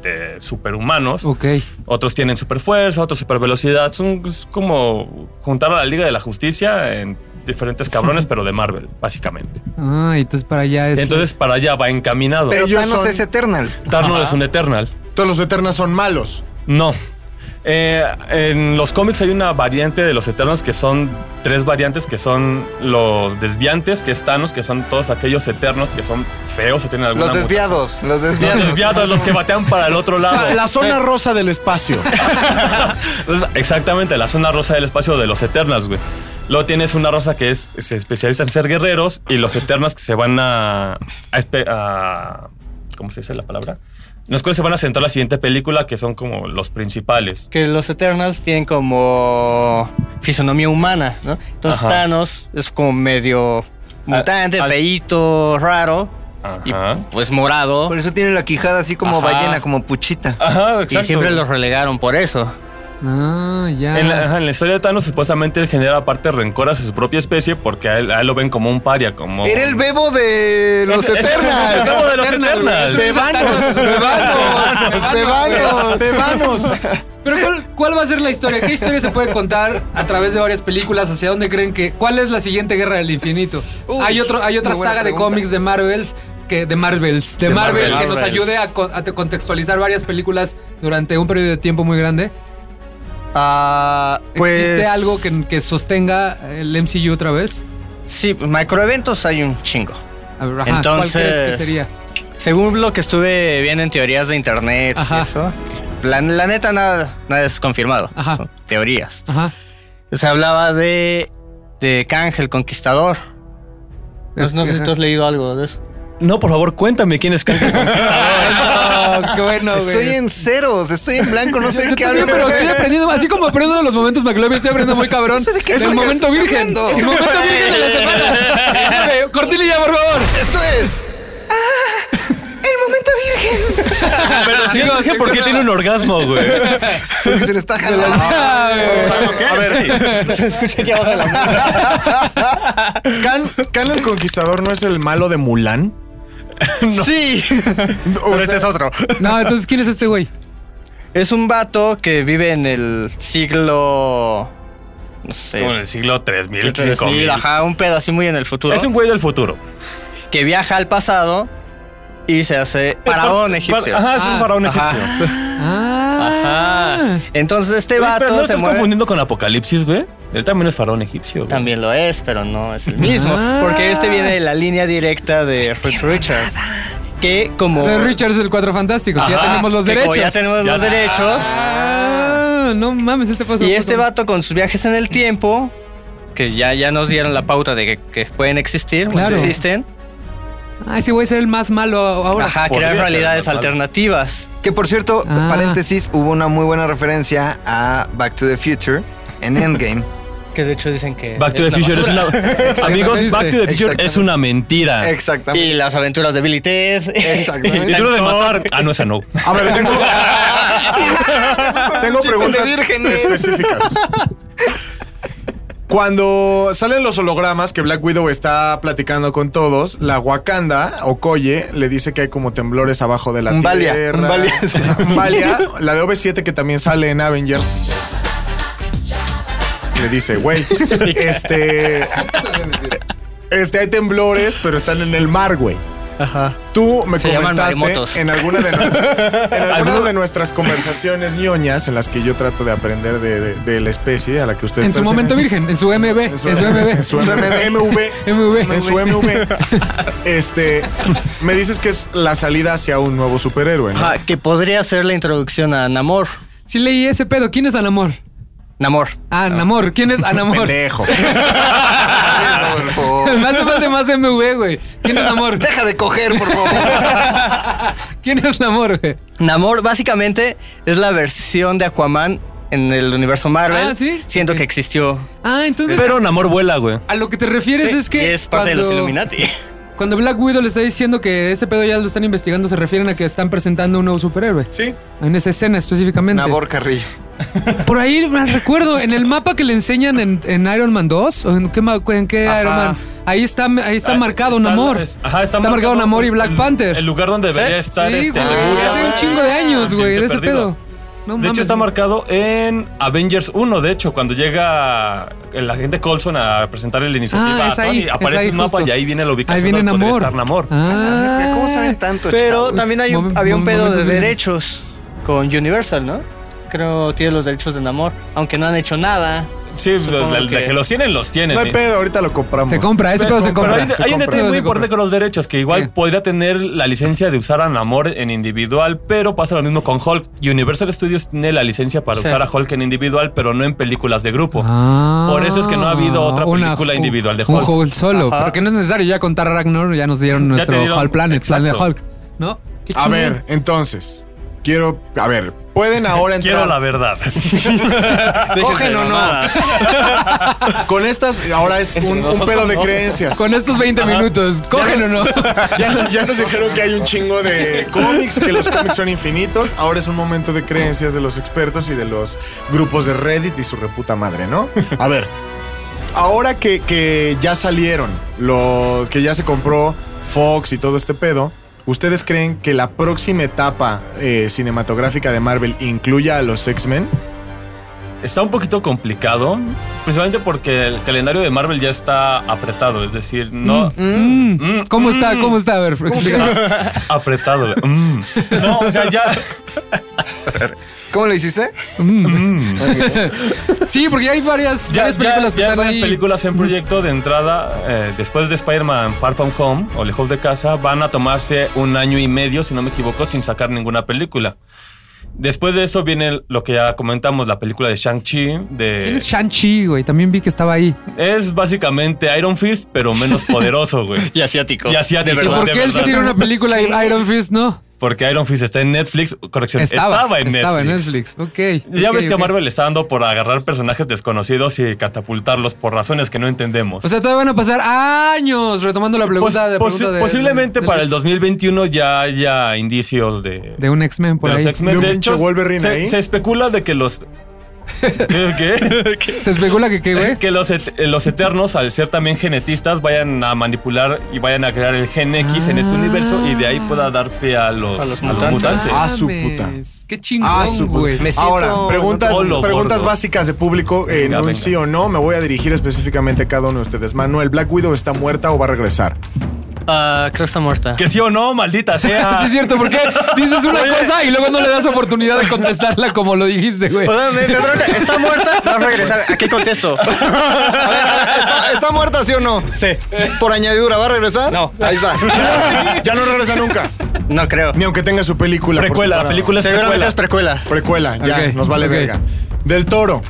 de superhumanos. Ok. Otros tienen super fuerza, otros super velocidad. Son, es como juntar a la Liga de la Justicia en diferentes cabrones, pero de Marvel, básicamente. Ah, entonces para allá es. Entonces para allá va encaminado. Pero Ellos Thanos son- es Eternal. Thanos es un Eternal. Todos los Eternas son malos. No. Eh, en los cómics hay una variante de los Eternos que son tres variantes que son los desviantes, que es Thanos, que son todos aquellos Eternos que son feos o tienen alguna... Los muta- desviados. Los Los desviados. desviados, los que batean para el otro lado. Ah, La zona eh. rosa del espacio. Entonces, Exactamente, la zona rosa del espacio de los Eternals, güey. Luego tienes una rosa que es, se especializa en ser guerreros y los Eternals que se van a, a espe- a- ¿Cómo se dice la palabra? En los cuales se van a centrar la siguiente película, que son como los principales. Que los Eternals tienen como fisonomía humana, ¿no? Entonces Ajá. Thanos es como medio mutante, al- feíto, raro. Y Ajá. pues morado. Por eso tiene la quijada así como Ajá. ballena, como puchita. Ajá, Y exacto. siempre los relegaron por eso. Ah, ya. En la, ajá, en la historia de Thanos, supuestamente él genera aparte rencor hacia su propia especie porque a él, a él lo ven como un paria, como. Era el bebo de los Es- es- Eternals. es el bebo de los Eternal, Eternals. güey. Eso no es Bebanos, Thanos, bebanos, bebanos, bebanos, bebanos. Pero ¿cuál, cuál va a ser la historia? ¿Qué historia se puede contar a través de varias películas? ¿Hacia dónde creen que? ¿Cuál es la siguiente guerra del infinito? Uy, hay otro, hay otra muy buena saga de pregunta. cómics de Marvels que de Marvels, de, De Marvel, Marvel. que nos Marvels. ayude a, co- a te- contextualizar varias películas durante un periodo de tiempo muy grande. Ah, pues, ¿Existe algo que, que sostenga el MCU otra vez? Sí, pues, microeventos hay un chingo. A ver, ajá, ¿cuál crees Entonces- que sería? Según lo que estuve viendo en teorías de internet y Ajá. eso, la, la neta nada, nada es confirmado. Ajá. Son Teorías. Ajá. Se hablaba de, de Kang el Conquistador. No, no sé si tú has leído algo de eso. No, por favor, cuéntame quién es Kang el Conquistador. Ah, no, qué bueno, güey. Estoy en ceros, estoy en blanco, no sé Yo de qué también, hablo. pero estoy aprendiendo, así como aprendo de los momentos McLovin, estoy aprendiendo muy cabrón. No sé de qué del estoy momento virgen. hablando. El momento virgen de la semana. Dígame, Cortile ya, por favor. Esto es. Pero sí, Digo, dije, ¿por qué sí, tiene un orgasmo, güey? Porque se le está jalando. Ah, A ver, Se escucha aquí abajo de la mano. ¿Can, Can el Conquistador no es el malo de Mulan? Sí. O Pero este es otro. No, entonces, ¿quién es este güey? Es un vato que vive en el siglo. No sé. Como en el siglo 3000, 3000, 5000. Ajá, un pedo así muy en el futuro. Es un güey del futuro. que viaja al pasado y se hace faraón egipcio. Ajá, es un Ah. faraón Ajá. egipcio. Ah. Ajá. Entonces este Oye, vato espera, ¿no se estás mueve. confundiendo con Apocalipsis, güey? Él también es faraón egipcio. güey. También lo es, pero no es el mismo. Ah. Porque este viene de la línea directa de Richard Richards. Que como. Pero Richards es el Cuatro Fantásticos, que ya Ajá, tenemos los que como derechos. Ya tenemos Ya los da- derechos. Ah, no mames, este pasó. Y este vato con sus viajes en el tiempo, que ya, ya nos dieron la pauta de que, que pueden existir, pues Claro. existen, Ah, ese güey ser el más malo ahora. Ajá, crear Podría ser, realidades ¿no? alternativas. Que por cierto, Ah. paréntesis, hubo una muy buena referencia a Back to the Future en Endgame. Que de hecho dicen que. Back to es the una Future es basura. una. Amigos, Back to the Future Exactamente. es una mentira. Y Exactamente. las aventuras de Billy Tess. Y Exactamente. duro de matar. Ah, no, esa no. A ver, tengo, tengo Chistes de preguntas vírgenes. específicas. Cuando salen los hologramas que Black Widow está platicando con todos, la Wakanda, Okoye, le dice que hay como temblores abajo de la Un Valia, tierra. un Valia. Un Valia, la de OV7 que también sale en Avengers. Le dice, güey, este, este, hay temblores, pero están en el mar, güey. Ajá. Tú me Se llaman maremotos. comentaste en alguna, de, nu- en alguna de nuestras conversaciones ñoñas en las que yo trato de aprender de, de- de la especie a la que usted En su momento pertenece. virgen, en su MB, en su En su MB. MV. MV. En su MV. Este, me dices que es la salida hacia un nuevo superhéroe, ¿no? Ajá, que podría ser la introducción a Namor. Sí leí ese pedo. ¿Quién es Anamor? Namor. Ah, Anamor. ¿Quién es Anamor? Pendejo. Por favor. Me hace falta más MV, güey. ¿Quién es Namor? Deja de coger, por favor. ¿Quién es Namor, güey? Namor básicamente es la versión de Aquaman en el universo Marvel. Ah, ¿sí? Siento Ok. que existió. Ah, entonces Pero Namor vuela, güey. a lo que te refieres Sí, es que y es parte de los cuando- Illuminati. Cuando Black Widow le está diciendo que ese pedo ya lo están investigando, se refieren a que están presentando un nuevo superhéroe. Sí. En esa escena específicamente. Nabor Carrillo. Por ahí me recuerdo, en el mapa que le enseñan en, en Iron Man 2, o en qué, ma- en qué Ajá. Iron Man, ahí está, ahí está Ah, marcado Namor. es- ajá, Está marcado Namor y Black el- Panther. El lugar donde debería estar sí, este. güey, Lemuria. hace un chingo de años, güey, de ese Perdido. pedo. No de mames, hecho, está güey. marcado en Avengers 1. De hecho, cuando llega el agente Colson a presentar la iniciativa, Ah, a es ahí, Tony, es aparece ahí un mapa justo. y ahí viene la ubicación. Ahí viene donde podría Namor. estar Namor. Ah, ¿Cómo saben tanto, Pero chavos? también hay un- Momen- había un pedo de momentos bien. derechos con Universal, ¿no? Creo tiene los derechos de Namor, aunque no han hecho nada. Sí, Supongo de, de que- que los tienen, los tienen. No hay ¿eh? pedo, ahorita lo compramos. Se compra, ese Pero- pedo se pero compra. hay, se hay un compra. detalle Se compra. muy importante con los derechos, que igual Sí. podría tener la licencia de usar a Namor en individual, pero pasa lo mismo con Hulk. Universal Studios tiene la licencia para Sí. usar a Hulk en individual, pero no en películas de grupo. Ah, Por eso es que no ha habido otra una- película individual de un Hulk. solo, Ajá. porque no es necesario ya contar Ragnarok, ya nos dieron nuestro dieron- Hulk Planet, plan de exacto. Hulk. ¿No? Qué A chingón. ver, entonces, quiero. A ver, pueden ahora entrar. Quiero la verdad. ¿Cogen o no? Con estas, ahora es un, un pedo de creencias. Con estos 20 minutos, ¿cogen o no? Ya, ya nos dijeron que hay un chingo de cómics, que los cómics son infinitos. Ahora es un momento de creencias de los expertos y de los grupos de Reddit y su reputa madre, ¿no? A ver, ahora que, que ya salieron, los que ya se compró Fox y todo este pedo, ¿ustedes creen que la próxima etapa eh, cinematográfica de Marvel incluya a los X-Men? Está un poquito complicado, principalmente porque el calendario de Marvel ya está apretado, es decir, no... Mm, mm. Mm, ¿Cómo está? mm. ¿Cómo está? A ver, explícanos. Apretado. mm. No, o sea, ya... ¿Cómo lo hiciste? Mm. mm. Sí, porque hay varias, Ya, varias películas ya- que ya hay están varias ahí. Mm. películas en proyecto de entrada, eh, después de Spider-Man Far From Home o Lejos de Casa, van a tomarse un año y medio, si no me equivoco, sin sacar ninguna película. Después de eso viene lo que ya comentamos, la película de Shang-Chi. de- ¿Quién es Shang-Chi, güey? También vi que estaba ahí. Es básicamente Iron Fist, pero menos poderoso, güey. Y asiático. Y asiático. De ¿Y verdad. por qué él sí Ah, verdad. tiene una película y Iron Fist no? Porque Iron Fist está en Netflix, corrección, Estaba, estaba, en Netflix. Estaba en Netflix, ok. Ya ok, ves que ok. Marvel está dando por agarrar personajes desconocidos y catapultarlos por razones que no entendemos. O sea, todavía van a pasar años retomando la Pos- pregunta, de, posi- pregunta de- posiblemente de- de para los- el 2021 ya haya indicios de, De un X-Men por de ahí. los X-Men. ¿De un De pinche hecho, Wolverine se, ahí? se especula de que los... ¿Qué? Se especula que qué, güey. que los, et- eh, los Eternos, al ser también genetistas, vayan a manipular y vayan a crear el Gen X en este Ah. universo y de ahí pueda dar pie a los, A los a los mutantes. mutantes. Ah, su Mames, puta. Qué Ah, su- chingón, güey. Me siento- Ahora, preguntas, Oh, lo preguntas gordo. básicas de público eh, en Venga, un venga. sí o no. Me voy a dirigir específicamente a cada uno de ustedes. Manuel, ¿Black Widow está muerta o va a regresar? Ah, creo que está muerta. Que sí o no, maldita Sí, sea. es cierto, porque dices una cosa y luego no le das oportunidad de contestarla como lo dijiste, güey. O sea, me- me pregunta, ¿Está muerta? Va a regresar. ¿A qué contesto? A ver, a ver, ¿está, está muerta, sí o no? Sí. Por añadidura, ¿va a regresar? No. Ahí está. Ya no regresa nunca. No creo. Ni aunque tenga su película. por Precuela, separado. película es Seguramente precuela. es precuela. Precuela, ya, Ok, nos vale ok. verga. Del Toro.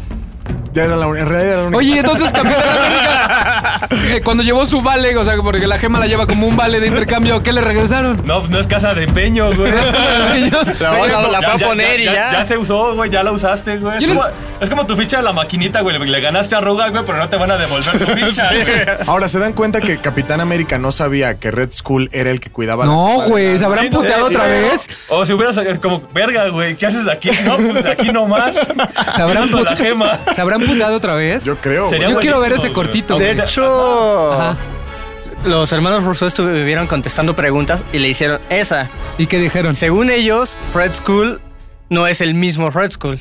Ya era la única. En realidad era la única. Oye, entonces Capitán América, eh, cuando llevó su vale, o sea, porque la gema la lleva como un vale de intercambio, ¿qué le regresaron? No, no es casa de empeño, güey. La, voy a- la voy a poner y ya. Ya se usó, güey, ya la usaste, güey. Es, Yo les- como- es como tu ficha de la maquinita, güey. Le ganaste a Ruga, güey, pero no te van a devolver tu ficha, güey. Ahora, ¿se dan cuenta que Capitán América no sabía que Red Skull era el que cuidaba la- No, güey, ¿se habrán Sí, no, puteado sí, otra no. vez? O si hubieras eh, como, verga, güey, ¿qué haces aquí? No, pues de aquí nomás. ¿Se habrán, Viendo la put- gema. ¿Se habrán puteado otra vez? Yo creo. Sería güey. Yo quiero ver buenísimo, ese güey. cortito. Aunque De sea- hecho, Ajá. los hermanos Russo estuvieron contestando preguntas y le hicieron esa. ¿Y qué dijeron? Según ellos, Red School no es el mismo Red School.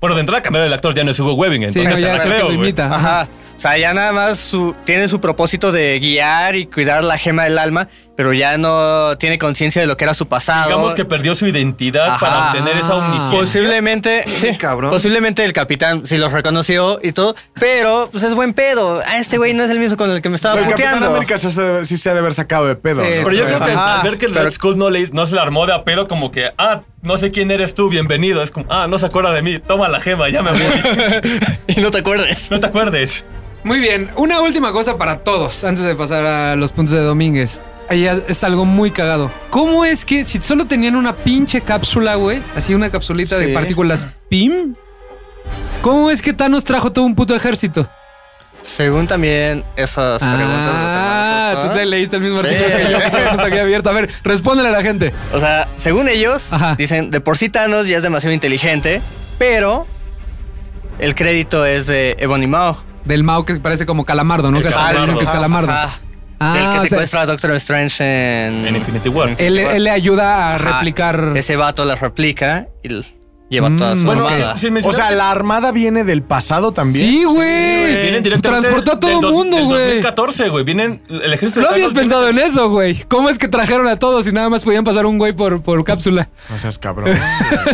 Bueno, de entrada cambiar el actor ya no es Hugo Webbing, Sí, entonces no, te ya la es el que creo, lo güey. imita. Ajá. O sea, ya nada más su- tiene su propósito de guiar y cuidar la gema del alma, pero ya no tiene conciencia de lo que era su pasado. Digamos que perdió su identidad Ajá. para obtener esa omnisciencia. Posiblemente, sí, cabrón. posiblemente el capitán sí los reconoció y todo, pero pues es buen pedo. Ah, este güey no es el mismo con el que me O estaba sea, el Capitán puteando. América sí se, ha de- sí se ha de haber sacado de pedo. Sí, ¿no? Pero yo creo que Ajá, al ver que el pero- Red Skull no, le, no se la armó de a pedo, como que, ah, no sé quién eres tú, bienvenido. Es como, ah, no se acuerda de mí, toma la gema, ya me voy. y no te acuerdes. no te acuerdes. Muy bien, una última cosa para todos, antes de pasar a los puntos de Domínguez. Ahí es- es algo muy cagado. ¿Cómo es que si solo tenían una pinche cápsula, güey? Así una capsulita de Sí. partículas PIM. ¿Cómo es que Thanos trajo todo un puto ejército? Según también esas preguntas de ah, semana tú te pasada. leíste el mismo Sí. artículo que yo, que está aquí abierto. A ver, respóndele a la gente. O sea, según ellos, Ajá. dicen, de por sí Thanos ya es demasiado inteligente, pero el crédito es de Ebony Mao. Del Mao que parece como calamardo, ¿no? El Que hasta dicen que es calamardo. Ajá. Ah, el o que sea, secuestra a Doctor Strange Mm. en... En Infinity War. él, él le ayuda a Ajá. replicar. Ese vato la replica y l- lleva Mm. toda su Bueno, armada. sin- sin O mencionar sea, que- la armada viene del pasado también. Sí, güey. Vienen directamente Transportó a todo del el dos- mundo, del güey. 2014, güey. Vienen el ejército de No habías Thanos viene- pensado en eso, güey. ¿Cómo es que trajeron a todos y nada más podían pasar un güey por, por cápsula? No seas cabrón.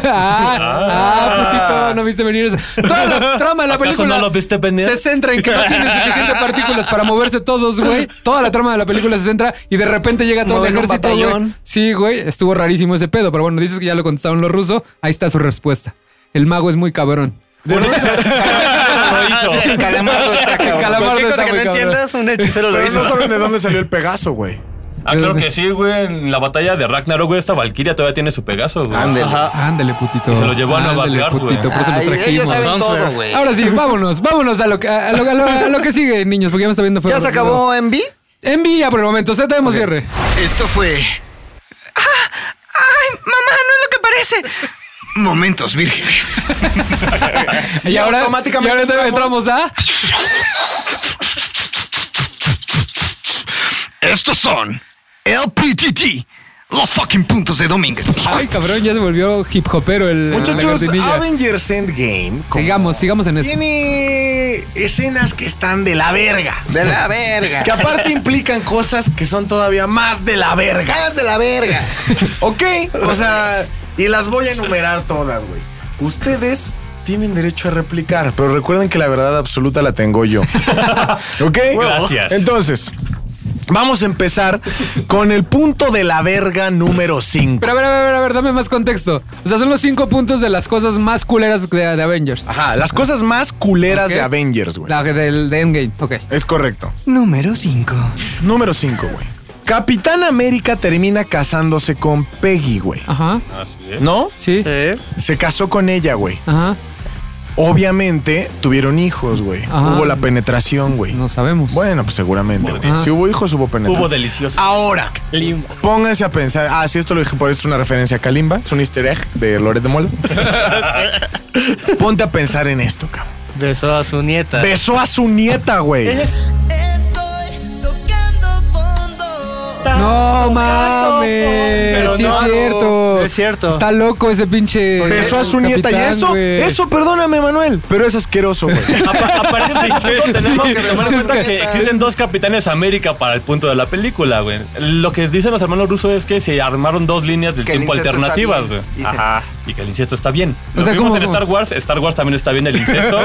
ah, ah, putito, no viste venir eso. Toda la trama de la ¿Acaso película no lo viste venir? se centra en que no tienen suficiente partículas para moverse todos, güey. Toda la trama de la película se centra y de repente llega todo Mover el un ejército, güey. batallón. Sí, güey, estuvo rarísimo ese pedo, pero bueno, dices que ya lo contestaron los rusos, ahí está su respuesta. El mago es muy cabrón. Un hechicero- lo Ah, hizo. Calamardo está cabrón. Calamardo Cualquier está cosa que no muy cabrón. entiendas, un hechicero lo Pero no hizo. saben de dónde salió el Pegaso, güey. Ah, claro que sí, güey. En la batalla de Ragnarok, güey, esta Valkyria todavía tiene su Pegaso, güey. Ajá. Ándale, putito. Y se lo llevó a Nueva Ándale, York, güey. putito, por eso los Ay, ellos trajimos. saben Vamos a todo, ver. güey. Ahora sí, vámonos, vámonos a lo, que- a lo- a lo- a lo que sigue, niños, porque ya me está viendo fuera. ¿Ya se acabó Envy? Envía por el momento, Z tenemos cierre. Esto fue. Ah, ¡Ay, mamá! ¡No es lo que parece! Momentos vírgenes. Y, ahora, automáticamente y ahora entramos a. Estos son LPTT, los fucking puntos de Domínguez. Ay, cabrón, ya se volvió hip hopero el. la Muchachos, cortinilla. Avengers Endgame como- Sigamos, sigamos en eso. tiene Eh, escenas que están de la verga. De la verga. Que aparte implican cosas que son todavía más de la verga. Más de la verga. ¿Ok? O sea, y las voy a enumerar todas, güey. Ustedes tienen derecho a replicar, pero recuerden que la verdad absoluta la tengo yo. ¿Ok? Gracias. Entonces, vamos a empezar con el punto de la verga número 5. Pero a ver, a ver, a ver, a ver, dame más contexto. O sea, son los cinco puntos de las cosas más culeras de, de Avengers. Ajá, las cosas más culeras Ok. de Avengers, güey. La del de Endgame, ok. Es correcto. Número 5. Número 5, güey. Capitán América termina casándose con Peggy, güey. Ajá, Así es. ¿No? sí, Sí. Se casó con ella, güey. ajá, Obviamente tuvieron hijos, güey. Ajá. Hubo la penetración, güey. Ah. no sabemos. Bueno, pues seguramente. güey. Podría. Si hubo hijos, hubo penetración. Hubo delicioso. Ahora, Ah, Limbo. pónganse a pensar. Ah, sí, esto lo dije, por eso es una referencia a Kalimba. Es un easter egg de Loret de Mola. Ponte a pensar en esto, cabrón. Besó a su nieta. Besó a su nieta, güey. Estoy tocando fondo. No mames, Pero sí no, es no, cierto. no es cierto. Está loco ese pinche. Besó a su nieta. Y capitán, eso, güey. eso, perdóname, Manuel, pero es asqueroso, güey. A, pa- a partir de ese punto tenemos que tomar en sí, cuenta es que- que existen dos Capitanes América para el punto de la película, güey. Lo que dicen los hermanos rusos es que se armaron dos líneas del Que el tiempo incesto alternativas, está güey. bien, dicen. Ajá. Y que el incesto está bien. O Lo sea, vimos ¿cómo- en cómo? Star Wars. Star Wars también está bien el incesto.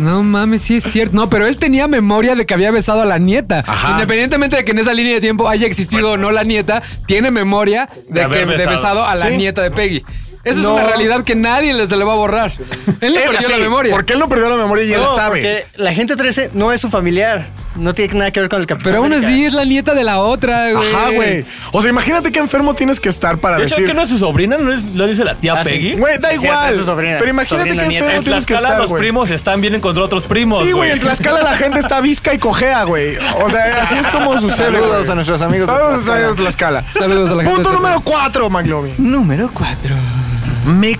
No mames, sí es cierto. No, pero él tenía memoria de que había besado a la nieta. Independientemente de que en esa línea de tiempo haya existido o no la nieta, tiene memoria de, De que haber de besado. besado a la Sí. nieta de Peggy. Esa es No. una realidad que nadie les se le va a borrar. Él le Él- perdió Eh, sí, la memoria. Porque él no perdió la memoria y él No, sabe. porque la gente 13 no es su familiar. No tiene nada que ver con el Capitán Pero aún América. así es la nieta de la otra, güey. Ajá, güey. O sea, imagínate qué enfermo tienes que estar para De hecho, decir. que no es su sobrina, no es- lo dice la tía Ah, sí. Peggy. Güey, da Sí, cierto, igual. es su sobrina. pero imagínate Sobrina, qué nieta. enfermo En tienes que Tlaxcala estar, los güey. primos están bien contra otros primos. Sí, güey, en Tlaxcala la gente está visca y cojea, güey. O sea, así es como sucede. Saludos güey. a nuestros amigos de Saludos a Tlaxcala. amigos de Tlaxcala. Saludos a la gente. Punto de número 4, McLovin. Número 4. Me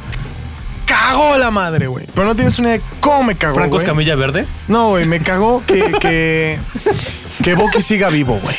cagó la madre, güey. Pero no tienes una idea de cómo me cagó. Francos güey. Camilla Verde. No, güey, me cagó que. Que, que Bucky siga vivo, güey.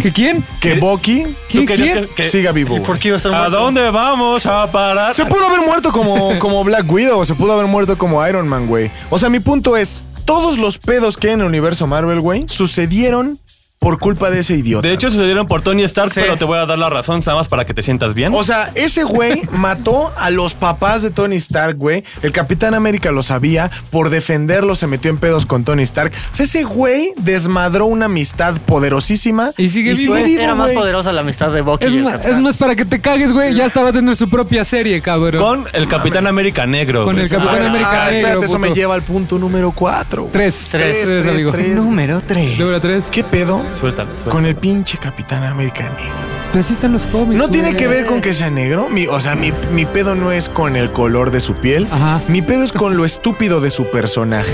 ¿Que quién? Que ¿Qué? Bucky ¿Tú querías quién? que- que- siga vivo. ¿Y por güey. qué iba a estar ¿A muerto? dónde vamos a parar? Se pudo haber muerto como, como Black Widow, se pudo haber muerto como Iron Man, güey. O sea, mi punto es, todos los pedos que hay en el universo Marvel, güey, sucedieron por culpa de ese idiota. De hecho, sucedieron por Tony Stark, Sí. pero te voy a dar la razón, nada más para que te sientas bien. O sea, ese güey mató a los papás de Tony Stark, güey. El Capitán América lo sabía. Por defenderlo se metió en pedos con Tony Stark. O sea, ese güey desmadró una amistad poderosísima. Y sigue vivo. Güey, era más güey. poderosa la amistad de Bucky Es, y el ma- Capitán. es más, para que te cagues, güey. Ya hasta va a tener su propia serie, cabrón. con el Capitán América Negro. Con güey. el Capitán Ah, América espérate, Negro. eso me puto. lleva al punto número 4. Tres. Tres, Tres, amigo. Número 3. Número tres. ¿Qué pedo? Suéltalo, Pues suéltalo. Con el pinche Capitán América negro. Pero sí están los cómics. No tiene Pues güey. que ver con que sea negro. Mi- o sea, mi, mi pedo no es con el color de su piel. Ajá. Mi pedo es con lo estúpido de su personaje.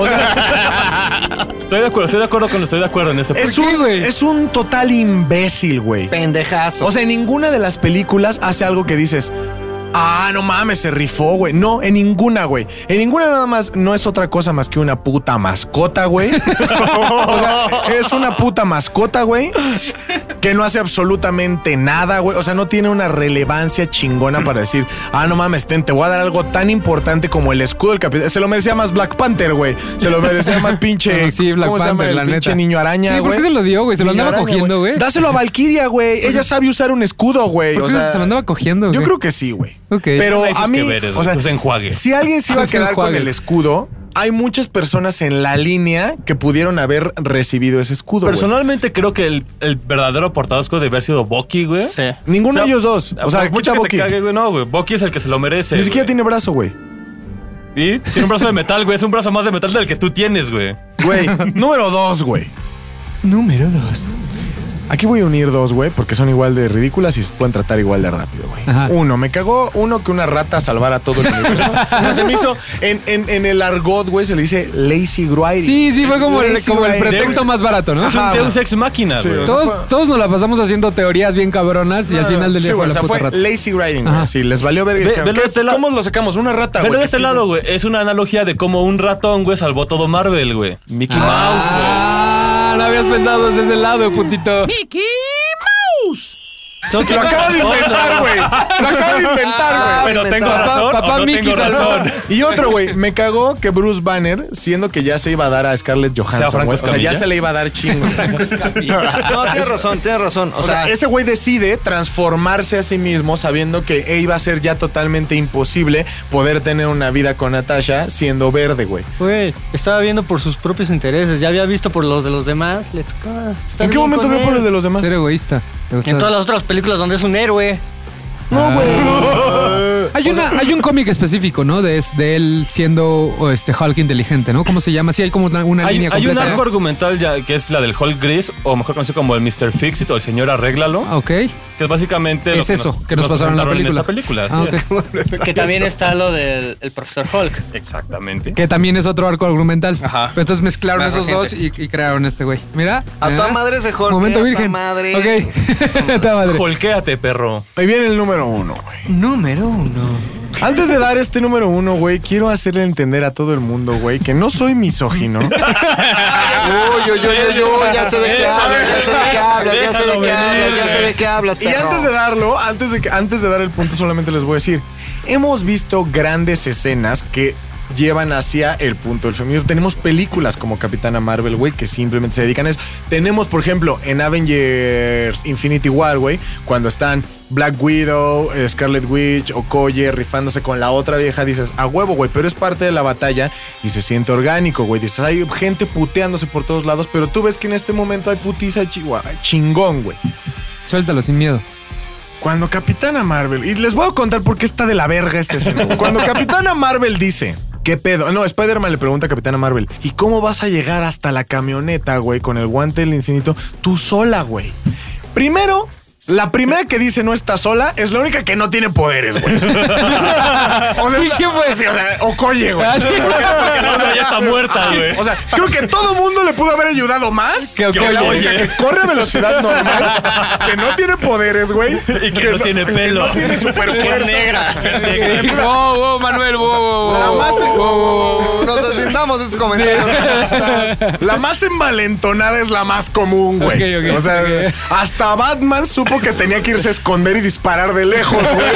O sea, estoy de acuerdo, estoy de acuerdo con estoy de acuerdo en ese punto. es, qué, un, güey? es un total imbécil, güey. Pendejazo. O sea, en ninguna de las películas hace algo que dices. Ah, no mames, se rifó, güey. No, en ninguna, güey. En ninguna nada más no es otra cosa más que una puta mascota, güey. o sea, es una puta mascota, güey. Que no hace absolutamente nada, güey. O sea, no tiene una relevancia chingona para decir, ah, no mames, ten, te voy a dar algo tan importante como el escudo del capitán. Se lo merecía más Black Panther, güey. Se lo merecía más pinche. Ah, sí, Black ¿cómo se llama Panther, el la pinche neta. niño araña, Sí, güey. ¿por qué se lo dio, güey? Se lo Niño andaba araña, cogiendo, güey. Dáselo a Valkyria, güey. Ella sabe usar un escudo, güey. ¿Por O qué sea, se lo andaba cogiendo, Yo güey? creo que sí, güey. Ok. Pero No hay sus a mí, que veres, o sea, sus enjuagues. si alguien se iba a Sus quedar con enjuagues. el escudo, hay muchas personas en la línea que pudieron haber recibido ese escudo. güey. Personalmente creo que el, el verdadero portador debe haber sido Bucky, güey. Sí. Ninguno O sea, de ellos dos. O sea, por quita mucho a que te Bucky. cague, güey, no, güey. Bucky es el que se lo merece. Ni siquiera güey. tiene brazo, güey. Y tiene un brazo de metal, güey. Es un brazo más de metal del que tú tienes, güey. Güey, número dos, güey. Número 2. Aquí voy a unir dos, güey, porque son igual de ridículas y se pueden tratar igual de rápido, güey. Ajá. Uno, me cagó uno que una rata salvara todo el universo. o sea, se me hizo. En, en- en el argot, güey, se le dice lazy grinding. Sí, sí, fue como el, Lazy como el grinding. pretexto más barato, ¿no? Es un Ajá, Deus güey. Ex Máquina, Sí, güey. o sea, fue- Todos, todos nos la pasamos haciendo teorías bien cabronas y al final del día Sí, güey, fue o la sea, puta fue rata. lazy grinding, güey. Ajá. Sí, les valió ver. Ve- dijeron, velo de ¿qué- este lado. ¿Cómo lo sacamos? Una rata, güey. Pero de ¿qué este piensan? lado, güey, es una analogía de cómo un ratón, güey, salvó todo Marvel, güey. Mickey Ah, no habías pensado desde ese lado, puntito. Lo acabo de inventar, güey. Lo acabo de inventar, Mouse, güey. güey. Pero tengo Papá- razón, papá o no Mickey tengo salvó. razón. Y otro, güey, me cagó que Bruce Banner, siendo que ya se iba a dar a Scarlett Johansson, Franco güey, o sea, ya Escamilla. se le iba a dar chingo. O sea, No, tienes razón, tienes razón. O, O sea, sea, ese güey decide transformarse a sí mismo sabiendo que eh, iba a ser ya totalmente imposible poder tener una vida con Natasha siendo verde, güey. Güey, estaba viendo por sus propios intereses. Ya había visto por los de los demás. Le tocaba. estar ¿En qué bien momento con vio él. por el de los demás? Ser egoísta. Me gusta. En todas las otras películas donde es un héroe. No, güey. Hay, una, hay un cómic específico, ¿no? De, es- de él siendo o, este Hulk inteligente, ¿no? ¿Cómo se llama? Sí, hay como una, una Hay, línea hay un completa. arco argumental ya que es la del Hulk Gris, o mejor conocido como el Mr. Fixit o el señor Arréglalo, ¿no? Ah, Ok. que es básicamente Es eso, que nos pasaron en la presentaron película. esta película. Ah, así es. ok. Que también está lo del el profesor Ah, Hulk. Exactamente. Que también es otro arco argumental. Ajá. Pero entonces mezclaron Más esos dos y, reciente. y crearon este güey. Mira. a mira. toda madre se jorge. Momento a toda virgen. madre. Ok. a toda madre. Holquéate, perro. Ahí viene el número uno, güey. Número 1. Antes de dar este número uno, güey, quiero hacerle entender a todo el mundo, güey, que no soy misógino. Uy, uy, uy, uy, uy, ya sé de qué Échale, hablas, ya sé de qué hablas, ya sé de déjalo qué hablas, venir, ya sé de güey. qué hablas, Y perro. antes de darlo, antes de, que- antes de dar el punto, solamente les voy a decir: hemos visto grandes escenas que llevan hacia el punto del feminismo. Tenemos películas como Capitana Marvel, güey, que simplemente se dedican a eso. Tenemos, por ejemplo, en Avengers Infinity War, güey, cuando están Black Widow, eh, Scarlet Witch, Okoye rifándose con la otra vieja, dices, a huevo, güey, pero es parte de la batalla y se siente orgánico, güey. Dices, hay gente puteándose por todos lados, pero tú ves que en este momento hay putiza chi- chingón, güey. Suéltalo sin miedo. Cuando Capitana Marvel, y les voy a contar por qué está de la verga este escena. Cuando Capitana Marvel dice, ¿qué pedo? No, Spider-Man le pregunta a Capitana Marvel, ¿y cómo vas a llegar hasta la camioneta, güey, con el guante del infinito? Tú sola, güey. Primero, la primera que dice no está sola es la única que no tiene poderes, güey. o sea, Sí, es la- sí, güey. sí, o sea, Okoye, güey. Ah, sí. Porque la otra ya está muerta, güey. O sea, creo que todo mundo le pudo haber ayudado más Que que la Okoye. única que corre a velocidad normal, que no tiene poderes, güey. Y que no tiene pelo. No tiene super negra. Wow, wow, Manuel, wow, wow, La wow, más- wow, wow, wow. Nos deslindamos de esos comentarios. racistas. La más envalentonada es la más común, güey. Ok, ok, o sea, ok. hasta Batman supo que tenía que irse a esconder y disparar de lejos, güey.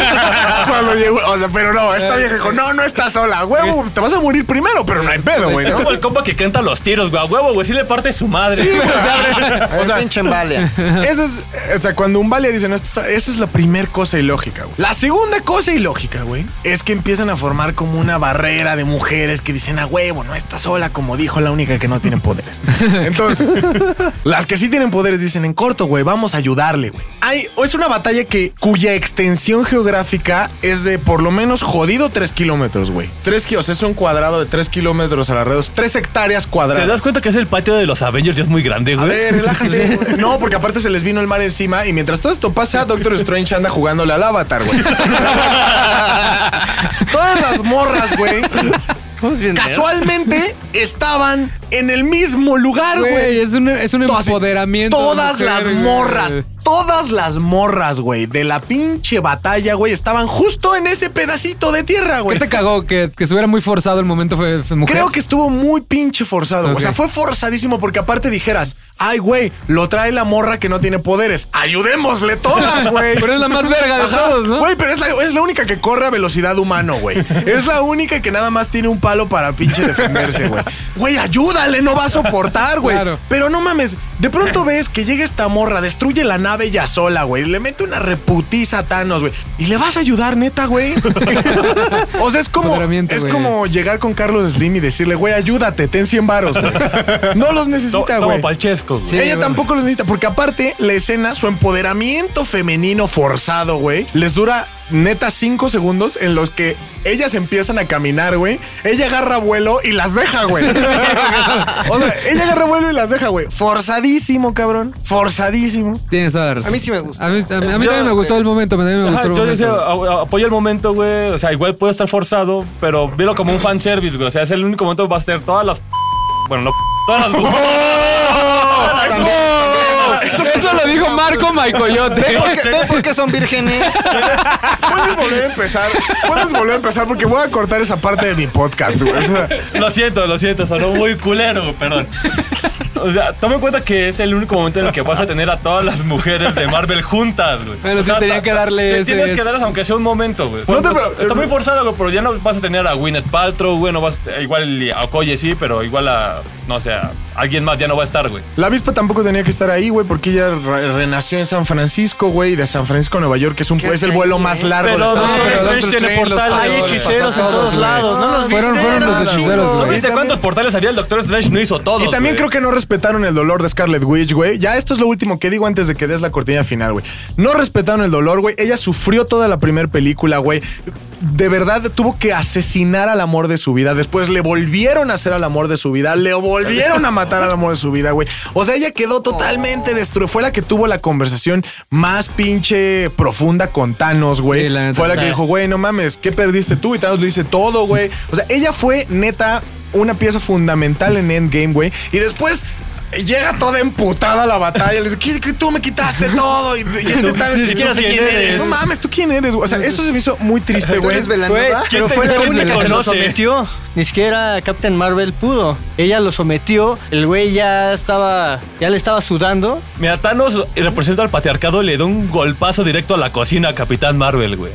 Cuando llegó, o sea, pero no, esta vieja dijo, no, no estás sola, huevo, te vas a morir primero, pero no hay pedo, güey. Es ¿no? como el compa que canta los tiros, güey. A huevo, güey. Sí le parte su madre. Sí, güey, o sea, Es pinche embalia. Esa es, o sea, cuando un vale dicen, esa esa es la primera cosa ilógica, güey. La segunda cosa ilógica, güey, es que empiezan a formar como una barrera de mujeres que dicen, a huevo, no está sola, como dijo la única que no tiene poderes. Entonces, las que sí tienen poderes dicen, en corto, güey, vamos a ayudarle, güey. Hay, es una batalla que, cuya extensión geográfica es de por lo menos jodido 3 kilómetros, güey. 3 kilómetros, es un cuadrado de 3 kilómetros alrededor, 3 hectáreas ¿Te cuadradas. das cuenta que es el patio de los Avengers? Ya es muy grande, A güey. ver, relájate. güey. No, porque aparte se les vino el mar encima y mientras todo esto pasa, Doctor Strange anda jugándole al avatar, güey. Todas las morras, güey, Estamos bien casualmente estaban en el mismo lugar, Güey, güey. es un, es un To- así, empoderamiento. de Todas mujer, las güey. morras, todas las morras, güey, de la pinche batalla, güey, estaban justo en ese pedacito de tierra, ¿Qué güey. te cagó? ¿Que, que se hubiera muy forzado el momento fe, fe- mujer? Pues Creo que estuvo muy pinche forzado. Ok. O sea, fue forzadísimo porque aparte dijeras, ay, güey, lo trae la morra que no tiene poderes. Ayudémosle todas, güey. Pero es la más verga de Ajá. todos, ¿no? Güey, pero es la, es la única que corre a velocidad humano, güey. Es la única que nada más tiene un palo para pinche defenderse, güey. Güey, ayúdale, no va a soportar, güey. Claro. Pero no mames, de pronto ves que llega esta morra, destruye la nave ya sola, güey. Le mete una reputiza a Thanos, güey. ¿Y le vas a ayudar, neta, güey? o sea, es como, Empoderamiento, es güey. como llegar con Carlos Slim y decirle, güey, ayúdate, ten 100 varos, güey. No los To- necesita, Toma güey. palchesco, güey. Sí. Ella bueno. tampoco los necesita, porque aparte, la escena, su empoderamiento femenino forzado, güey, les dura neta cinco segundos en los que ellas empiezan a caminar, güey. Ella agarra vuelo y las deja, güey. o sea, ella agarra vuelo y las deja, güey. Forzadísimo, cabrón. Forzadísimo. Tienes toda la razón. A mí sí me gusta. A mí, a mí- a mí Yo- también me gustó el momento. también me Ajá, gustó el yo decía, momento. a- a- apoyo el momento, güey. O sea, igual puede estar forzado, pero velo como un fanservice, güey. O sea, es el único momento que va a ser todas las. Bueno, no. Todas las. Eso, lo dijo Marco Maicoyote. ¿Por qué- ¿Ve por qué son vírgenes? Puedes volver a empezar. Puedes volver a empezar porque voy a cortar esa parte de mi podcast, güey. O sea, Lo siento, lo siento, sonó muy culero, güey, perdón. O sea, toma en cuenta que es el único momento en el que vas a tener a todas las mujeres de Marvel juntas, güey. Pero O sí sea, tenía ta- que darle te ese- Tienes que darles aunque sea un momento, güey. No te Bueno, pre- eh, está muy forzado, güey, pero ya no vas a tener a Gwyneth Paltrow, güey, no vas... Igual a Okoye sí, pero igual a... No sé, a alguien más ya no va a estar, güey. La avispa tampoco tenía que estar ahí, güey, porque ella re- renació en San Francisco, güey, y de San Francisco a Nueva York, que es, un, ¿Qué es el hace vuelo ahí, más eh? largo Pero de Estados no, Unidos. pero Doctor Strange tiene Strange los portales. pasó Hay a todos, hechiceros pasó a en todos güey. lados. ¿No los viste? Fueron- fueron los Eran un hechiceros, chingo. güey. ¿Viste también- cuántos portales había? El Doctor Strange no hizo todos, Y también güey. creo que no respetaron el dolor de Scarlet Witch, güey. Ya esto es lo último que digo antes de que des la cortina final, güey. No respetaron el dolor, güey. Ella sufrió toda la primera película, güey. De verdad tuvo que asesinar al amor de su vida. Después le volvieron a hacer al amor de su vida. Le volvieron a matar al amor de su vida, güey. O sea, ella quedó totalmente destruida. Fue la que tuvo la conversación más pinche profunda con Thanos, güey. Sí, la neta. Fue la que Claro. dijo, güey, no mames, ¿qué perdiste tú? Y Thanos le dice todo, güey. O sea, ella fue neta una pieza fundamental en Endgame, güey. Y después llega toda emputada a la batalla. Le dice, ¿Qué, qué tú me quitaste todo? Y, y el de Thanos, Ni siquiera sé quién eres. No mames, ¿tú quién eres? güey? O sea, eso se me hizo muy triste, ¿Tú güey. eres Belanova? Güey, ¿Quién pero te- fue la quién te única que lo conoce? sometió. Ni siquiera Captain Marvel pudo. Ella lo sometió. El güey ya estaba. Ya le estaba sudando. Mira, Thanos representa al patriarcado y le da un golpazo directo a la cocina a Capitán Marvel, güey.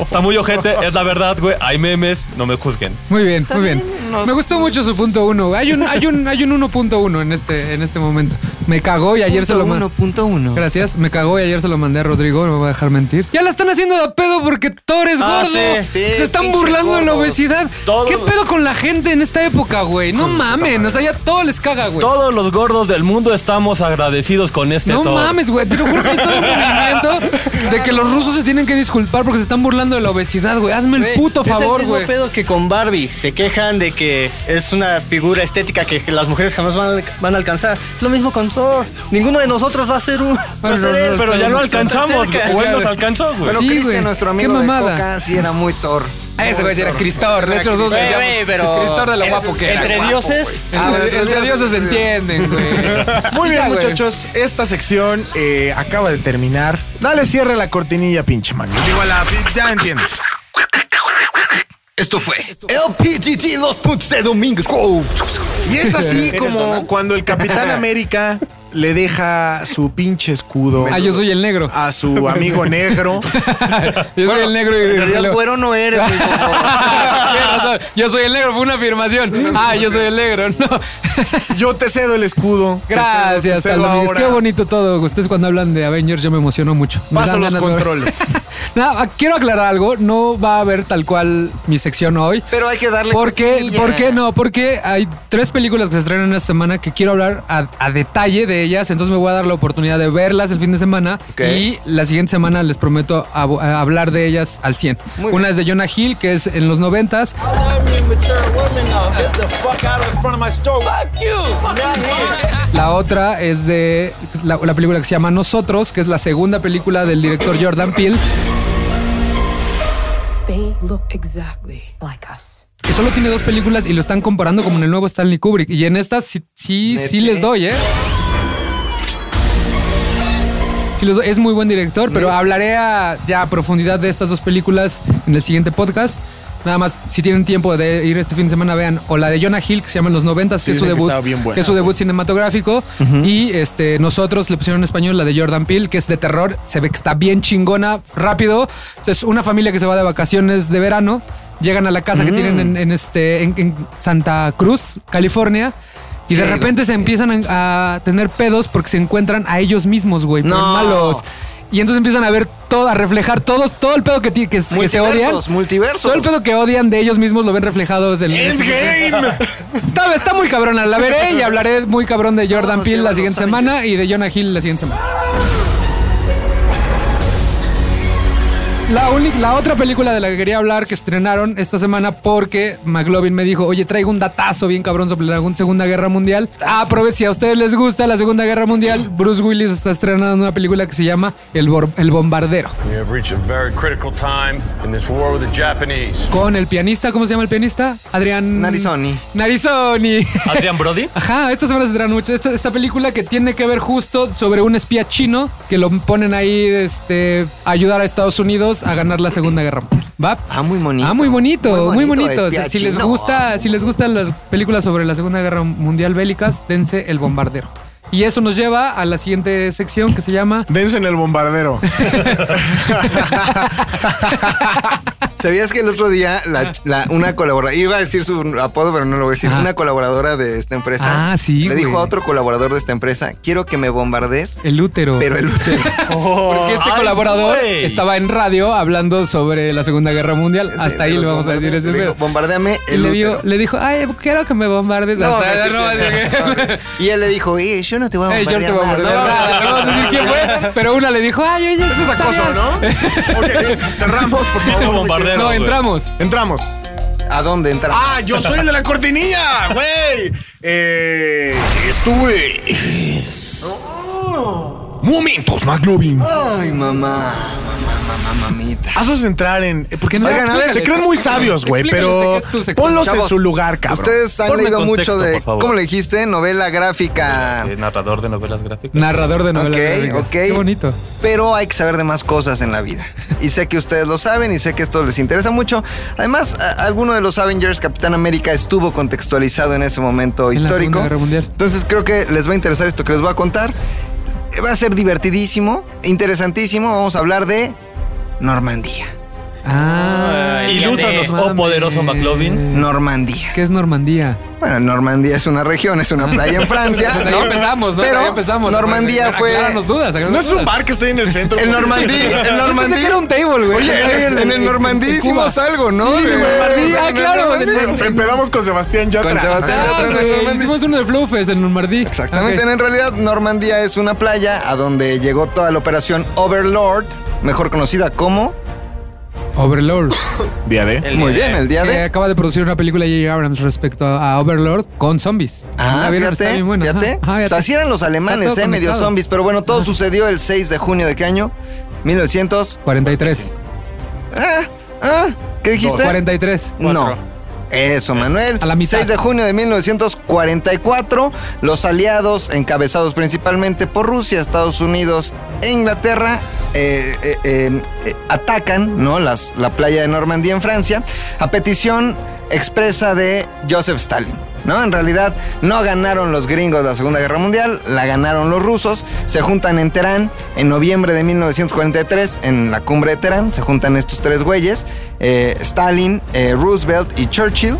Está muy ojete, es la verdad, güey. Hay memes, no me juzguen. Muy bien, muy bien. Me gustó mucho su punto uno. Hay un, hay un, hay un 1.1 en este, en este momento. Me cagó y ayer se lo mandé. 1.1. Gracias, me cagó y ayer se lo mandé a Rodrigo, no me voy a dejar mentir. Ya la están haciendo de a pedo porque Thor es Ah, gordo. sí, sí, se están pinches burlando de la gordos. obesidad. Todos- ¿Qué pedo con la gente en esta época, güey? No mamen, o sea, ya todo les caga, güey. Todos los gordos del mundo estamos agradecidos con este No Thor. mames, güey. Te lo juro que hay todo un movimiento De que los rusos se tienen que disculpar porque se están burlando de la obesidad, güey. Hazme el Güey, puto es el favor, mismo güey. pedo que con Barbie. Se quejan de que es una figura estética que las mujeres jamás van a, van a alcanzar. Lo mismo con Thor. Ninguno de nosotros va a ser un. va a no, ser no, él. Pero ya lo alcanzamos, Cerca. güey. O él nos alcanzó, güey. Bueno, Sí, Cristian, güey. nuestro Qué amigo de mamada. Coca, sí era muy Thor. Ah, Ese güey sí era Thor. Cristor. De hecho, los dos Güey, decíamos, güey, pero- Cristor de lo Es- guapo que era. Entre güey. dioses. Ah, bueno, Entre, entre entonces- dioses se entienden, güey. Muy bien, Ya, güey. muchachos. Esta sección eh, acaba de terminar. Dale cierre a la cortinilla, pinche man. Digo a la. Ya entiendes. Esto fue el PGT 2.0 Domingos. Y es así como cuando el Capitán América le deja su pinche escudo Ah, yo soy el negro. a su amigo negro. Yo soy el negro y En realidad, lo- Ah, güero no eres, güey, por favor. Tienes razón. Yo soy el negro, fue una afirmación. pues, Ah, yo soy el negro, no. Yo te cedo el escudo. Te cedo- te Gracias, cedo Taldonis. ahora. Qué bonito todo. Ustedes cuando hablan de Avengers yo me emociono mucho. Me Paso dan los ganas de ver. controles. Nada, quiero aclarar algo. No va a haber tal cual mi sección hoy. Pero hay que darle. ¿Por qué? cortinilla. ¿Por qué no? Porque hay tres películas que se estrenan esta semana que quiero hablar a, a detalle de ellas. Entonces me voy a dar la oportunidad de verlas el fin de semana. Ok. Y la siguiente semana les prometo a- a hablar de ellas al 100. Muy Una es de Jonah Hill, que es en los 90s. La otra es de la, la película que se llama Nosotros, que es la segunda película del director Jordan Peele. They look exactly like us. Que solo tiene dos películas y lo están comparando como en el nuevo Stanley Kubrick. Y en estas sí, sí, sí les doy, ¿eh? Sí les doy. Es muy buen director, pero hablaré a- ya a profundidad de estas dos películas en el siguiente podcast. Nada más, si tienen tiempo de ir este fin de semana, vean o la de Jonah Hill, que se llama En los 90, que, es su dicen que debut, estaba bien buena, que es su debut cinematográfico. Y este, nosotros le pusieron en español la de Jordan Peele, que es de terror. Se ve que está bien chingona, rápido. Es una familia que se va de vacaciones de verano. Llegan a la casa que Mm. tienen en, en este, en, en Santa Cruz, California. Y de Sí, repente se empiezan a, a tener pedos porque se encuentran a ellos mismos, güey, por No. malos. Y entonces empiezan a ver todo, a reflejar todo, todo el pedo que, ti- que, que se odian. Multiversos, multiversos. Todo el pedo que odian de ellos mismos lo ven reflejado desde el... Está, está muy cabrona, la veré y hablaré muy cabrón de Todos Jordan nos Peele la llevan siguiente los semana y de Jonah Hill la siguiente semana. La, única- la otra película de la que quería hablar que estrenaron esta semana porque McLovin me dijo, oye, traigo un datazo bien cabrón sobre la Segunda Guerra Mundial. Aprove, si a ustedes les gusta la Segunda Guerra Mundial, Bruce Willis está estrenando una película que se llama El, Bor- El Bombardero. We have reached a very critical time in this war with the Japanese. Con el pianista, ¿cómo se llama el pianista? Adrián... Narizoni. Narizoni. Adrian Brody. Ajá, esta semana se traen mucho. Esta, esta película que tiene que ver justo sobre un espía chino que lo ponen ahí este, a ayudar a Estados Unidos a ganar la Segunda Guerra Mundial. ¿Va? Ah, muy bonito. Ah, muy bonito, muy bonito. espía Si, si les chino. gusta, si les gustan las películas sobre la Segunda Guerra Mundial bélicas, dense El Bombardero. Y eso nos lleva a la siguiente sección que se llama Dense en el bombardero. ¿Sabías que el otro día la- la- una colaboradora, iba a decir su apodo, pero no lo voy a decir, Ah. una colaboradora de esta empresa Ah, sí, le güey. dijo a otro colaborador de esta empresa, quiero que me bombardees, El útero. pero el útero. porque este Ay, colaborador güey. estaba en radio hablando sobre la Segunda Guerra Mundial. Sí, Hasta ahí pero le vamos a decir bombardea- ese le dijo, pedo. Bombardeame Y el le, digo- útero. le dijo, ay, quiero que me bombardes. No, Hasta- o sea, sí, no, así que- no, y él le dijo, "Eh, yo no te voy a Ey, yo bombardear. no te voy a nada, bombardear no, nada, no vamos a decir quién fue, pero una le dijo, ay, oye, eso Es está acoso, bien". ¿no? Ok, cerramos, por favor. Bombardero. No, güey. entramos. Entramos. ¿A dónde entrar? ¡Ah, yo soy el de la cortinilla! ¡Güey! Eh, esto es. Oh. Momentos, McLovin. Ah, Ay, mamá, mamá, mamá, mamita. Hazlos entrar en. eh, Porque no, Oigan, a ver, se creen muy explícales, sabios, güey, explícales de pero qué es tu sección. ponlos en Chavos, su lugar, cabrón. Ustedes han Ponme leído contexto, mucho de, por favor. ¿cómo le dijiste? Novela gráfica. Sí, narrador de novelas gráficas. Narrador de novelas. Ok, gráficas. ok. Qué bonito. Pero hay que saber de más cosas en la vida. Y sé que ustedes lo saben y sé que esto les interesa mucho. Además, a- alguno de los Avengers, Capitán América, estuvo contextualizado en ese momento En la histórico. Segunda Guerra Mundial. Entonces creo que les va a interesar esto que les voy a contar. Eh, Va a ser divertidísimo, interesantísimo. Vamos a hablar de Normandía. Ah, el que Ilústranos, hace- oh poderoso Mames. McLovin. Normandía. ¿Qué es Normandía? Bueno, Normandía es una región, es una playa en Francia. Pues ahí ¿no? empezamos, ¿no? Pero ahí empezamos. Normandía Aclararnos fue. dudas, aclararnos No es un dudas. bar que está en el centro. El güey. Normandí, el Yo pensé Normandí. que era un table, güey. Oye, Ahí en, en el Normandí en Cuba. hicimos algo, ¿no? Sí, De- güey, Normandí, en ah, el claro, Normandí. del- Pero Empezamos con Sebastián Yatra. Con Sebastián Ah, Yatra en el güey, Normandí. hicimos uno de Flowfest en Normandí. Exactamente, Ok. en realidad Normandía es una playa a donde llegó toda la operación Overlord, mejor conocida como... Overlord. Día de. El Muy día de- bien, el día que de... acaba de producir una película J.J. Abrams respecto a, a Overlord con zombies. Ah, Está bien, está fíjate, bien buena, ajá, Ah, fíjate. ajá, O sea, así eran los alemanes, todo eh, medio conectado. zombies. Pero bueno, todo sucedió el 6 de junio de qué año? 1900... 43. Ah, ah, ¿qué dijiste? 43. No. Eso, Manuel. A la mitad. 6 de junio de 1944, los aliados, encabezados principalmente por Rusia, Estados Unidos e Inglaterra, eh, eh, eh, eh, atacan ¿no? Las, la playa de Normandía en Francia a petición expresa de Joseph Stalin. ¿No? En realidad no ganaron los gringos la Segunda Guerra Mundial, la ganaron los rusos, se juntan en Teherán en noviembre de 1943, en la cumbre de Teherán, se juntan estos tres güeyes, eh, Stalin, eh, Roosevelt y Churchill,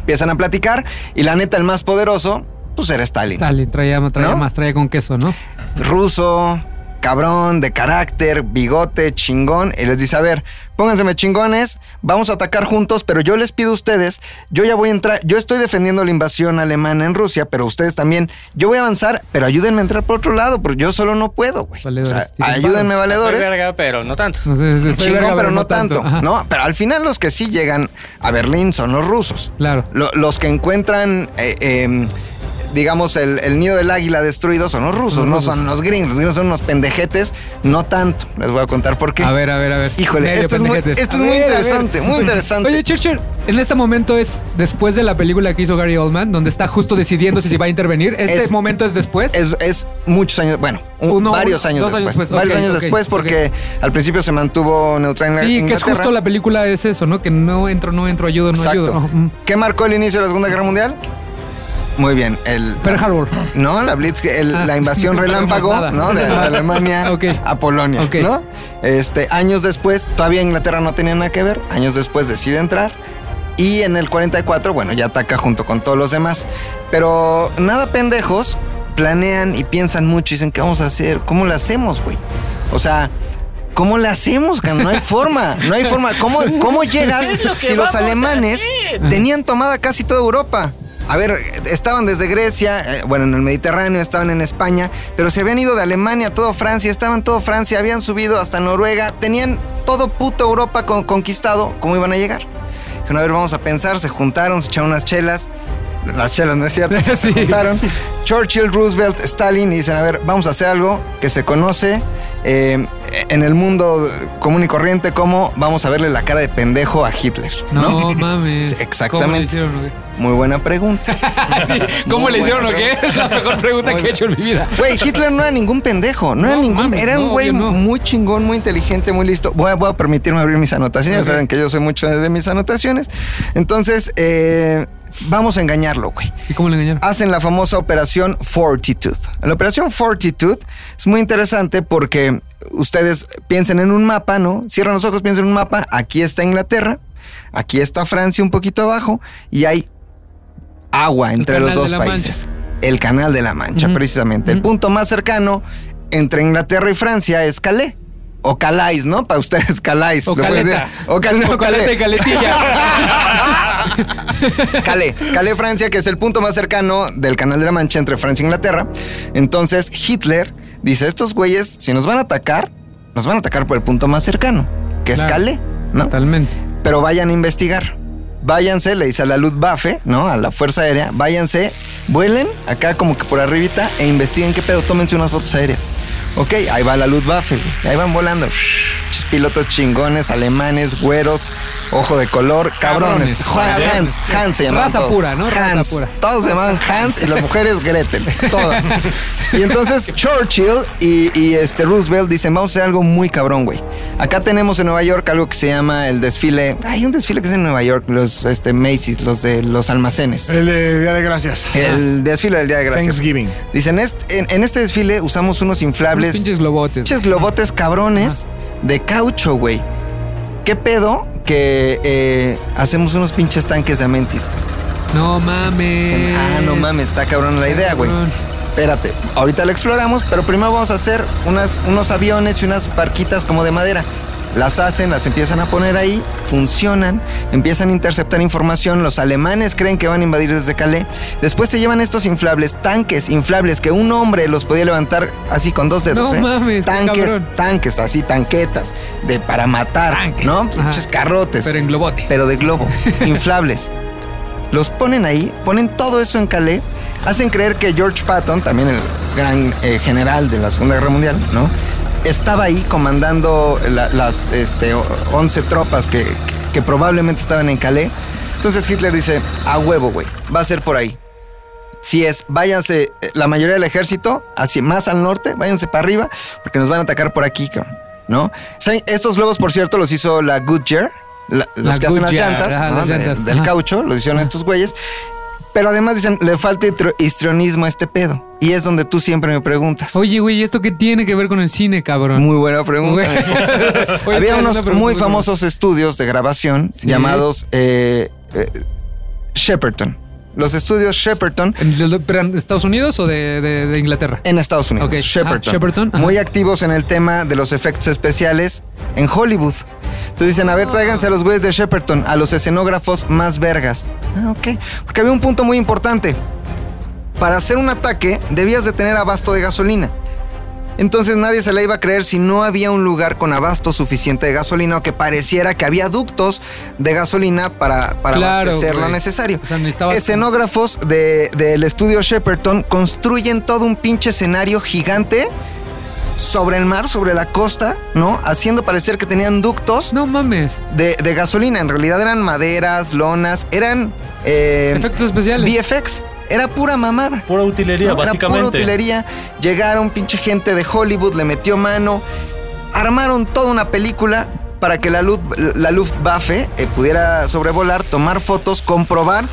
empiezan a platicar y la neta el más poderoso, pues era Stalin. Dale, traía, traía ¿No? más, traía con queso, ¿no? Ruso, cabrón, de carácter, bigote, chingón. Y les dice, a ver, pónganseme chingones, vamos a atacar juntos, pero yo les pido a ustedes, yo ya voy a entrar, yo estoy defendiendo la invasión alemana en Rusia, pero ustedes también, yo voy a avanzar, pero ayúdenme a entrar por otro lado, porque yo solo no puedo, güey. O sea, Valedores, tiren ayúdenme, paro. Soy valedores. verga, pero no tanto. No sé, soy Chingón, verga, pero no tanto, Ajá, ¿no? Pero al final los que sí llegan a Berlín son los rusos. Claro. Lo- los que encuentran, eh, eh, digamos, el, el nido del águila destruido son los rusos, Los no rusos. son los gringos. Los gringos son unos pendejetes, no tanto. Les voy a contar por qué. A ver, a ver, a ver. Híjole, Medio esto es muy- pendejetes. esto es A muy ver, a ver. interesante, muy interesante. Oye, Churchill, en este momento es después de la película que hizo Gary Oldman, donde está justo decidiendo si se va a intervenir. ¿Este Es- momento es después? Es, es muchos años, bueno, un- Uno, varios uno, años dos después. años después, Varios ok, años ok, después porque al principio se mantuvo neutral en la- sí, que es Inglaterra. justo la película es eso, ¿no? Que no entro, no entro, ayudo, no Exacto. ayudo. no, mm. ¿Qué marcó el inicio de la Segunda Guerra Mundial? Muy bien, el, Pearl Harbor. ¿no? La Blitz, el- Ah, la invasión no sabemos nada. relámpago, ¿no? De, de Alemania Ok. a Polonia, Ok. ¿no? Este, años después, todavía Inglaterra no tenía nada que ver, años después decide entrar y en el 44, bueno, ya ataca junto con todos los demás. Pero nada pendejos, planean y piensan mucho y dicen, ¿qué vamos a hacer? ¿Cómo lo hacemos, güey? O sea... ¿Cómo lo hacemos, can? No hay forma, no hay forma. ¿Cómo, cómo llegas si los alemanes tenían tomada casi toda Europa? A ver, estaban desde Grecia, eh, bueno, en el Mediterráneo, estaban en España, pero se habían ido de Alemania a todo Francia, estaban todo Francia, habían subido hasta Noruega, tenían todo puto Europa con- conquistado. ¿Cómo iban a llegar? Dijeron, a ver, vamos a pensar, se juntaron, se echaron unas chelas. Las chelas, ¿no es cierto? Se Sí. juntaron. Churchill, Roosevelt, Stalin y dicen, a ver, vamos a hacer algo que se conoce eh, en el mundo común y corriente como vamos a verle la cara de pendejo a Hitler. No, mames. Sí, exactamente. ¿Cómo le hicieron o qué? Muy buena pregunta. Sí, ¿Cómo Muy le hicieron o buena qué? Es la mejor pregunta que he hecho en mi vida. Güey, Hitler no era ningún pendejo, no, era No, ningún, mames, era no, un güey obvio no. muy chingón, muy inteligente, muy listo. Voy a, voy a permitirme abrir mis anotaciones, Ok. saben que yo soy mucho de mis anotaciones. Entonces, eh, vamos a engañarlo, güey. ¿Y cómo le engañaron? Hacen la famosa operación Fortitude. La operación Fortitude es muy interesante porque ustedes piensen en un mapa, ¿no? Cierran los ojos, piensen en un mapa. Aquí está Inglaterra, aquí está Francia un poquito abajo y hay agua entre Canal los de dos la países. El Canal de la Mancha, Ujú. precisamente. El Ujú. punto más cercano entre Inglaterra y Francia es Calais. O Calais, ¿no? Para ustedes, Calais. O lo pueden caleta. decir. O, Cal- o O caleta y Calais. caletilla. Calais, Calais, Francia, que es el punto más cercano del Canal de la Mancha entre Francia e Inglaterra. Entonces Hitler dice, estos güeyes, si nos van a atacar, nos van a atacar por el punto más cercano, que es Claro. Calais, ¿no? Totalmente. Pero vayan a investigar. Váyanse, le dice a la Luftwaffe, ¿no? A la Fuerza Aérea, váyanse, vuelen acá como que por arribita e investiguen qué pedo, tómense unas fotos aéreas. Ok, ahí va la Luftwaffe, güey. ahí van volando. Shhh, Pilotos chingones, alemanes, güeros, ojo de color, cabrones. Cabrones. Juan- Hans, Hans se llamaban Raza todos. pura, ¿no? Raza Hans. pura. Todos se llamaban Hans y las mujeres Gretel, todas. Y entonces Churchill y, y, este Roosevelt dicen, vamos a hacer algo muy cabrón, güey. Acá tenemos en Nueva York algo que se llama el desfile. Hay un desfile que es en Nueva York, los este, Macy's, los de los almacenes. El eh, Día de Gracias. El desfile del Día de Gracias. Thanksgiving. Dicen, "Est- en, en este desfile usamos unos Unos inflables, pinches globotes. pinches globotes cabrones de caucho, güey. ¿Qué pedo? que eh, hacemos unos pinches tanques de Amentis. No mames. Ah, no mames, está cabrón la idea, güey. Pues, Cabrón. Espérate, ahorita la exploramos, pero primero vamos a hacer unas, unos aviones y unas barquitas como de madera. Las hacen, las empiezan a poner ahí, funcionan, empiezan a interceptar información, los alemanes creen que van a invadir desde Calais, después se llevan estos inflables, tanques inflables que un hombre los podía levantar así con dos dedos. No ¿eh? mames, qué tanques, cabrón. tanques, así, tanquetas, de para matar, ¿no? Pinches carrotes Pero en globote. pero de globo, inflables. Los ponen ahí, ponen todo eso en Calais, hacen creer que George Patton, también el gran eh, general de la Segunda Guerra Mundial, ¿no? Estaba ahí comandando la- las este, o- 11 tropas que, que- que probablemente estaban en Calais. Entonces Hitler dice, a huevo, güey, va a ser por ahí. Si es, váyanse eh, la mayoría del ejército hacia más al norte, váyanse para arriba, porque nos van a atacar por aquí, cabrón, ¿no? ¿Saben? Estos logos, por cierto, los hizo la Goodyear, la- los La que hacen las Goodyear, llantas, ajá, ¿no? las De- llantas, del ajá. caucho, los hicieron estos güeyes. Pero además dicen, le falta hitro- histrionismo a este pedo. Y es donde tú siempre me preguntas. Oye, güey, ¿y ¿esto qué tiene que ver con el cine, cabrón? Muy buena Güey. pregunta. Oye, Había esta es una unos pregunta muy famosos estudios de grabación Sí. llamados eh, eh, Shepperton. Los estudios Shepperton ¿En de- de- pero en Estados Unidos o de, de- de Inglaterra? en Estados Unidos. Ok. Ah, Shepperton. Shepperton, ajá. Muy activos en el tema de los efectos especiales en Hollywood. Entonces dicen, a Ah. ver, tráiganse a los güeyes de Shepperton, a los escenógrafos más vergas. Ah, ok. Porque había un punto muy importante. Para hacer un ataque debías de tener abasto de gasolina. Entonces nadie se la iba a creer si no había un lugar con abasto suficiente de gasolina o que pareciera que había ductos de gasolina para, para Claro, abastecer lo güey. necesario. O sea, necesitabas- Escenógrafos de- del estudio Shepperton construyen todo un pinche escenario gigante sobre el mar, sobre la costa, ¿no? Haciendo parecer que tenían ductos No mames. de, de gasolina. En realidad eran maderas, lonas, eran eh, Efectos especiales. VFX. Era pura mamada. Pura utilería, No, era básicamente. pura utilería. Llegaron pinche gente de Hollywood, le metió mano. Armaron toda una película para que la, Lut- la Luftwaffe eh, pudiera sobrevolar, tomar fotos, comprobar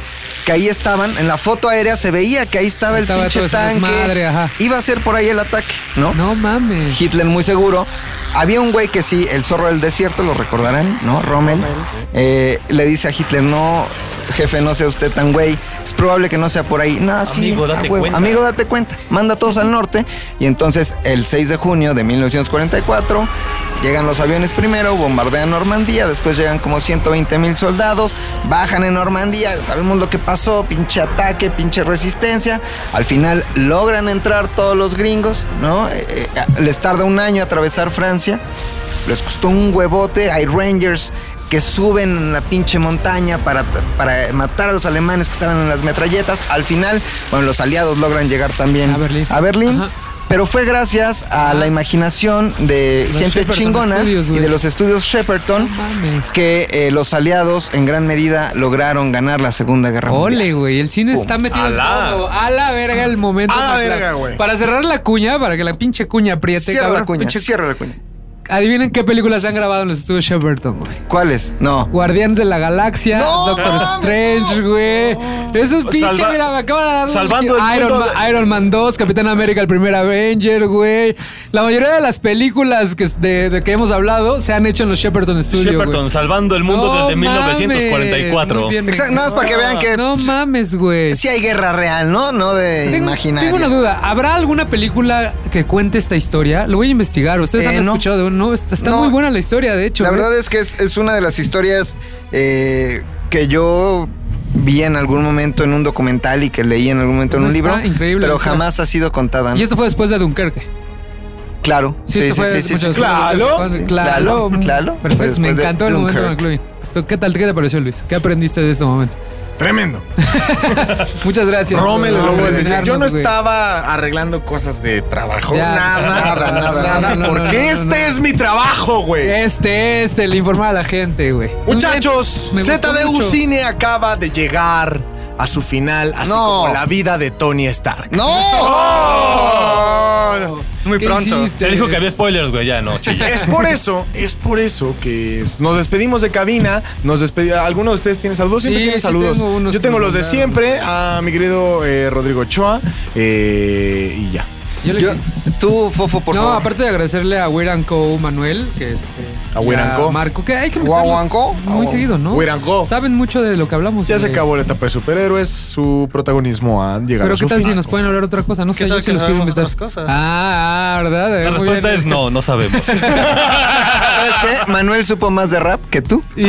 que ahí estaban. En la foto aérea se veía que ahí estaba, Estaba el pinche todo ese tanque. desmadre, ajá. Iba a ser por ahí el ataque, ¿no? No mames. Hitler muy seguro. Había un güey que sí, el zorro del desierto, lo recordarán, ¿no? Rommel. Eh, le dice a Hitler, no, jefe, no sea usted tan güey. Es probable que no sea por ahí. No, Ah, sí. Amigo, date a huevo. cuenta. Amigo, date cuenta. Manda a todos al norte. Y entonces, el 6 de junio de 1944, llegan los aviones primero, bombardean Normandía. Después llegan como 120 mil soldados. Bajan en Normandía. Sabemos lo que pasó. Pinche ataque, pinche resistencia. Al final logran entrar todos los gringos, ¿no? Eh, eh, les tarda un año atravesar Francia. Les costó un huevote. Hay Rangers que suben en la pinche montaña para, para matar a los alemanes que estaban en las metralletas. Al final, bueno, los aliados logran llegar también A Berlín. Ajá. Pero fue gracias a la imaginación de Los gente Shepperton chingona Studios, y güey. de los estudios Shepperton No mames. que eh, los aliados en gran medida lograron ganar la Segunda Guerra Mundial. Ole, güey, el cine Pum. está metido Alá. en todo. A la verga el momento. A la más verga, claro. güey. Para cerrar la cuña, para que la pinche cuña apriete, Cierra cabrón, la cuña, pinche- cierra la cuña. Adivinen qué películas se han grabado en los estudios Shepperton, güey. ¿Cuáles? No. Guardián de la Galaxia, No, Doctor mames, Strange, güey. Eso es pinche, Salva- mira, me acaba de dar. salvando el Iron, mundo Ma- de- Iron Man 2, Capitán América, el primer Avenger, güey. La mayoría de las películas que, de, de que hemos hablado se han hecho en los Shepperton Studios. Shepperton güey. salvando el mundo No desde mames. 1944. Muy bien, Exacto, eh, Ricardo. nada más para que vean que No mames, güey. sí hay guerra real, ¿no? No de Tengo, imaginaria. tengo una duda. ¿Habrá alguna película que cuente esta historia? Lo voy a investigar. Ustedes Eh, han no. escuchado de un. No, está, está No. muy buena la historia, de hecho. ¿eh? La güey. verdad es que es, es una de las historias eh, que yo vi en algún momento en un documental y que leí en algún momento en No, un está libro, increíble la pero historia. jamás ha sido contada. ¿no? Y esto fue después de Dunkerque. Claro, Sí, esto fue mucho después de Claro. Dunkerque. Claro. Claro, claro. Fue Perfecto. Me después de encantó el momento en el Dunkirk. club. ¿Tú ¿Qué tal? ¿Qué te pareció, Luis? ¿Qué aprendiste de este momento? Tremendo. Muchas gracias. Rommel, por el hombre de- iluminarnos, Yo no güey. estaba arreglando cosas de trabajo. Ya. Nada, nada, nada. No, nada, no, no, no, porque no, este no. es mi trabajo, güey. Este, este, el informar a la gente, güey. Muy bien. Muchachos, Me gustó ZDU mucho. Cine acaba de llegar a su final, así No. como la vida de Tony Stark. ¡No! Es muy ¿Qué pronto. hiciste? Se dijo que había spoilers, güey, ya no, chilla. Es por eso, es por eso que es- nos despedimos de cabina. Nos despedi- ¿Alguno de ustedes tiene saludos? Siempre Sí, tiene sí saludos. tengo unos Yo tengo que los de mandaron. siempre, a mi querido eh, Rodrigo Ochoa eh, y ya. Yo le- Yo Tú, Fofo, por no, favor. aparte de agradecerle a Weird and Co. Manuel, que este. A y Weird and Co. Marco, que hay que Wow, meterlos and Co. Muy Ah, seguido, ¿no? Weird and Co. Saben mucho de lo que hablamos. eh, Ya se güey. acabó la etapa de superhéroes, su protagonismo ha llegado Pero a su qué tal si fin. nos pueden hablar otra cosa, no ¿Qué sé, yo tal sí que los quiero sabemos invitar. otras cosas? Ah, ah, ¿verdad? Eh, La muy respuesta bien. es no, no sabemos. ¿Sabes qué? Manuel supo más de rap que tú. Y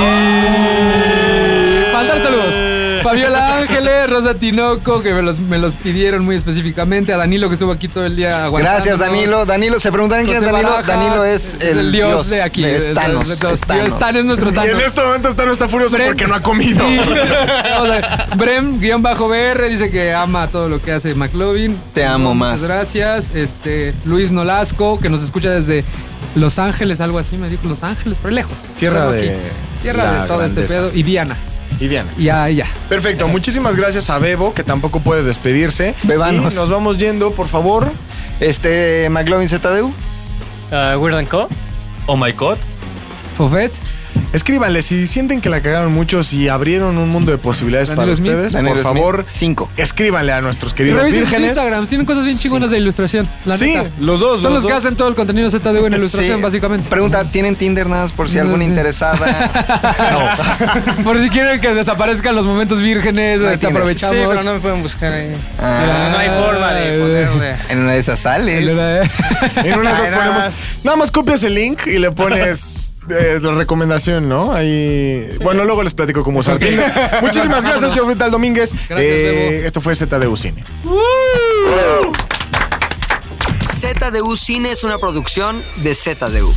mandar saludos. Fabiola Ángeles, Rosa Tinoco, que me los, me los pidieron muy específicamente. A Danilo, que estuvo aquí todo el día aguantándonos. Gracias, Danilo. Danilo, se preguntaron quién es José Danilo. Barajas, Danilo es el, dios, de aquí. de- de- Es Thanos. de- Es de- Dios, Thanos. Thanos es nuestro Y en Thanos. este momento está no está furioso Brem- porque no ha comido. Sí. Vamos a ver. Brem, guión bajo BR, dice que ama todo lo que hace McLovin. Te amo más. Muchas gracias. Este, Luis Nolasco, que nos escucha desde Los Ángeles, algo así, me dijo Los Ángeles, pero lejos. Tierra Solo de aquí. Tierra la de todo este grandeza. pedo. Y Diana. Y Diana. Y a ella. Perfecto, muchísimas gracias a Bebo, que tampoco puede despedirse. Bebanos. Y nos vamos yendo, por favor. Este, McLovin ZDU. Ah, Weird and Co. oh my god. Fofet. Escríbanle si sienten que la cagaron mucho, si abrieron un mundo de posibilidades Danilo para Smith. ustedes, Danilo por Smith, favor, Cinco. escríbanle a nuestros Y queridos revisen sus vírgenes. Instagrams. Tienen cosas bien chingonas de ilustración. La Sí, neta. los dos. Son los, dos. que hacen todo el contenido ZDU en ilustración, Sí. básicamente. Pregunta, ¿tienen Tinder nada más por si No alguna sé. interesada? Por si quieren que desaparezcan los momentos vírgenes, No hay te Tinder. aprovechamos. Sí, pero no me pueden buscar ahí. Ah. no hay forma de ponerle. en una de esas sales. ¿eh? En una de esas Ay, nada ponemos- más. Nada más copias el link y le pones eh, la recomendación, ¿no? Ahí. Bueno, luego les platico cómo usar Tinder. Muchísimas gracias, yo fui Tal Domínguez. Eh, Gracias, Bebo. esto fue ZDU Cine. ZDU Cine es una producción de ZDU.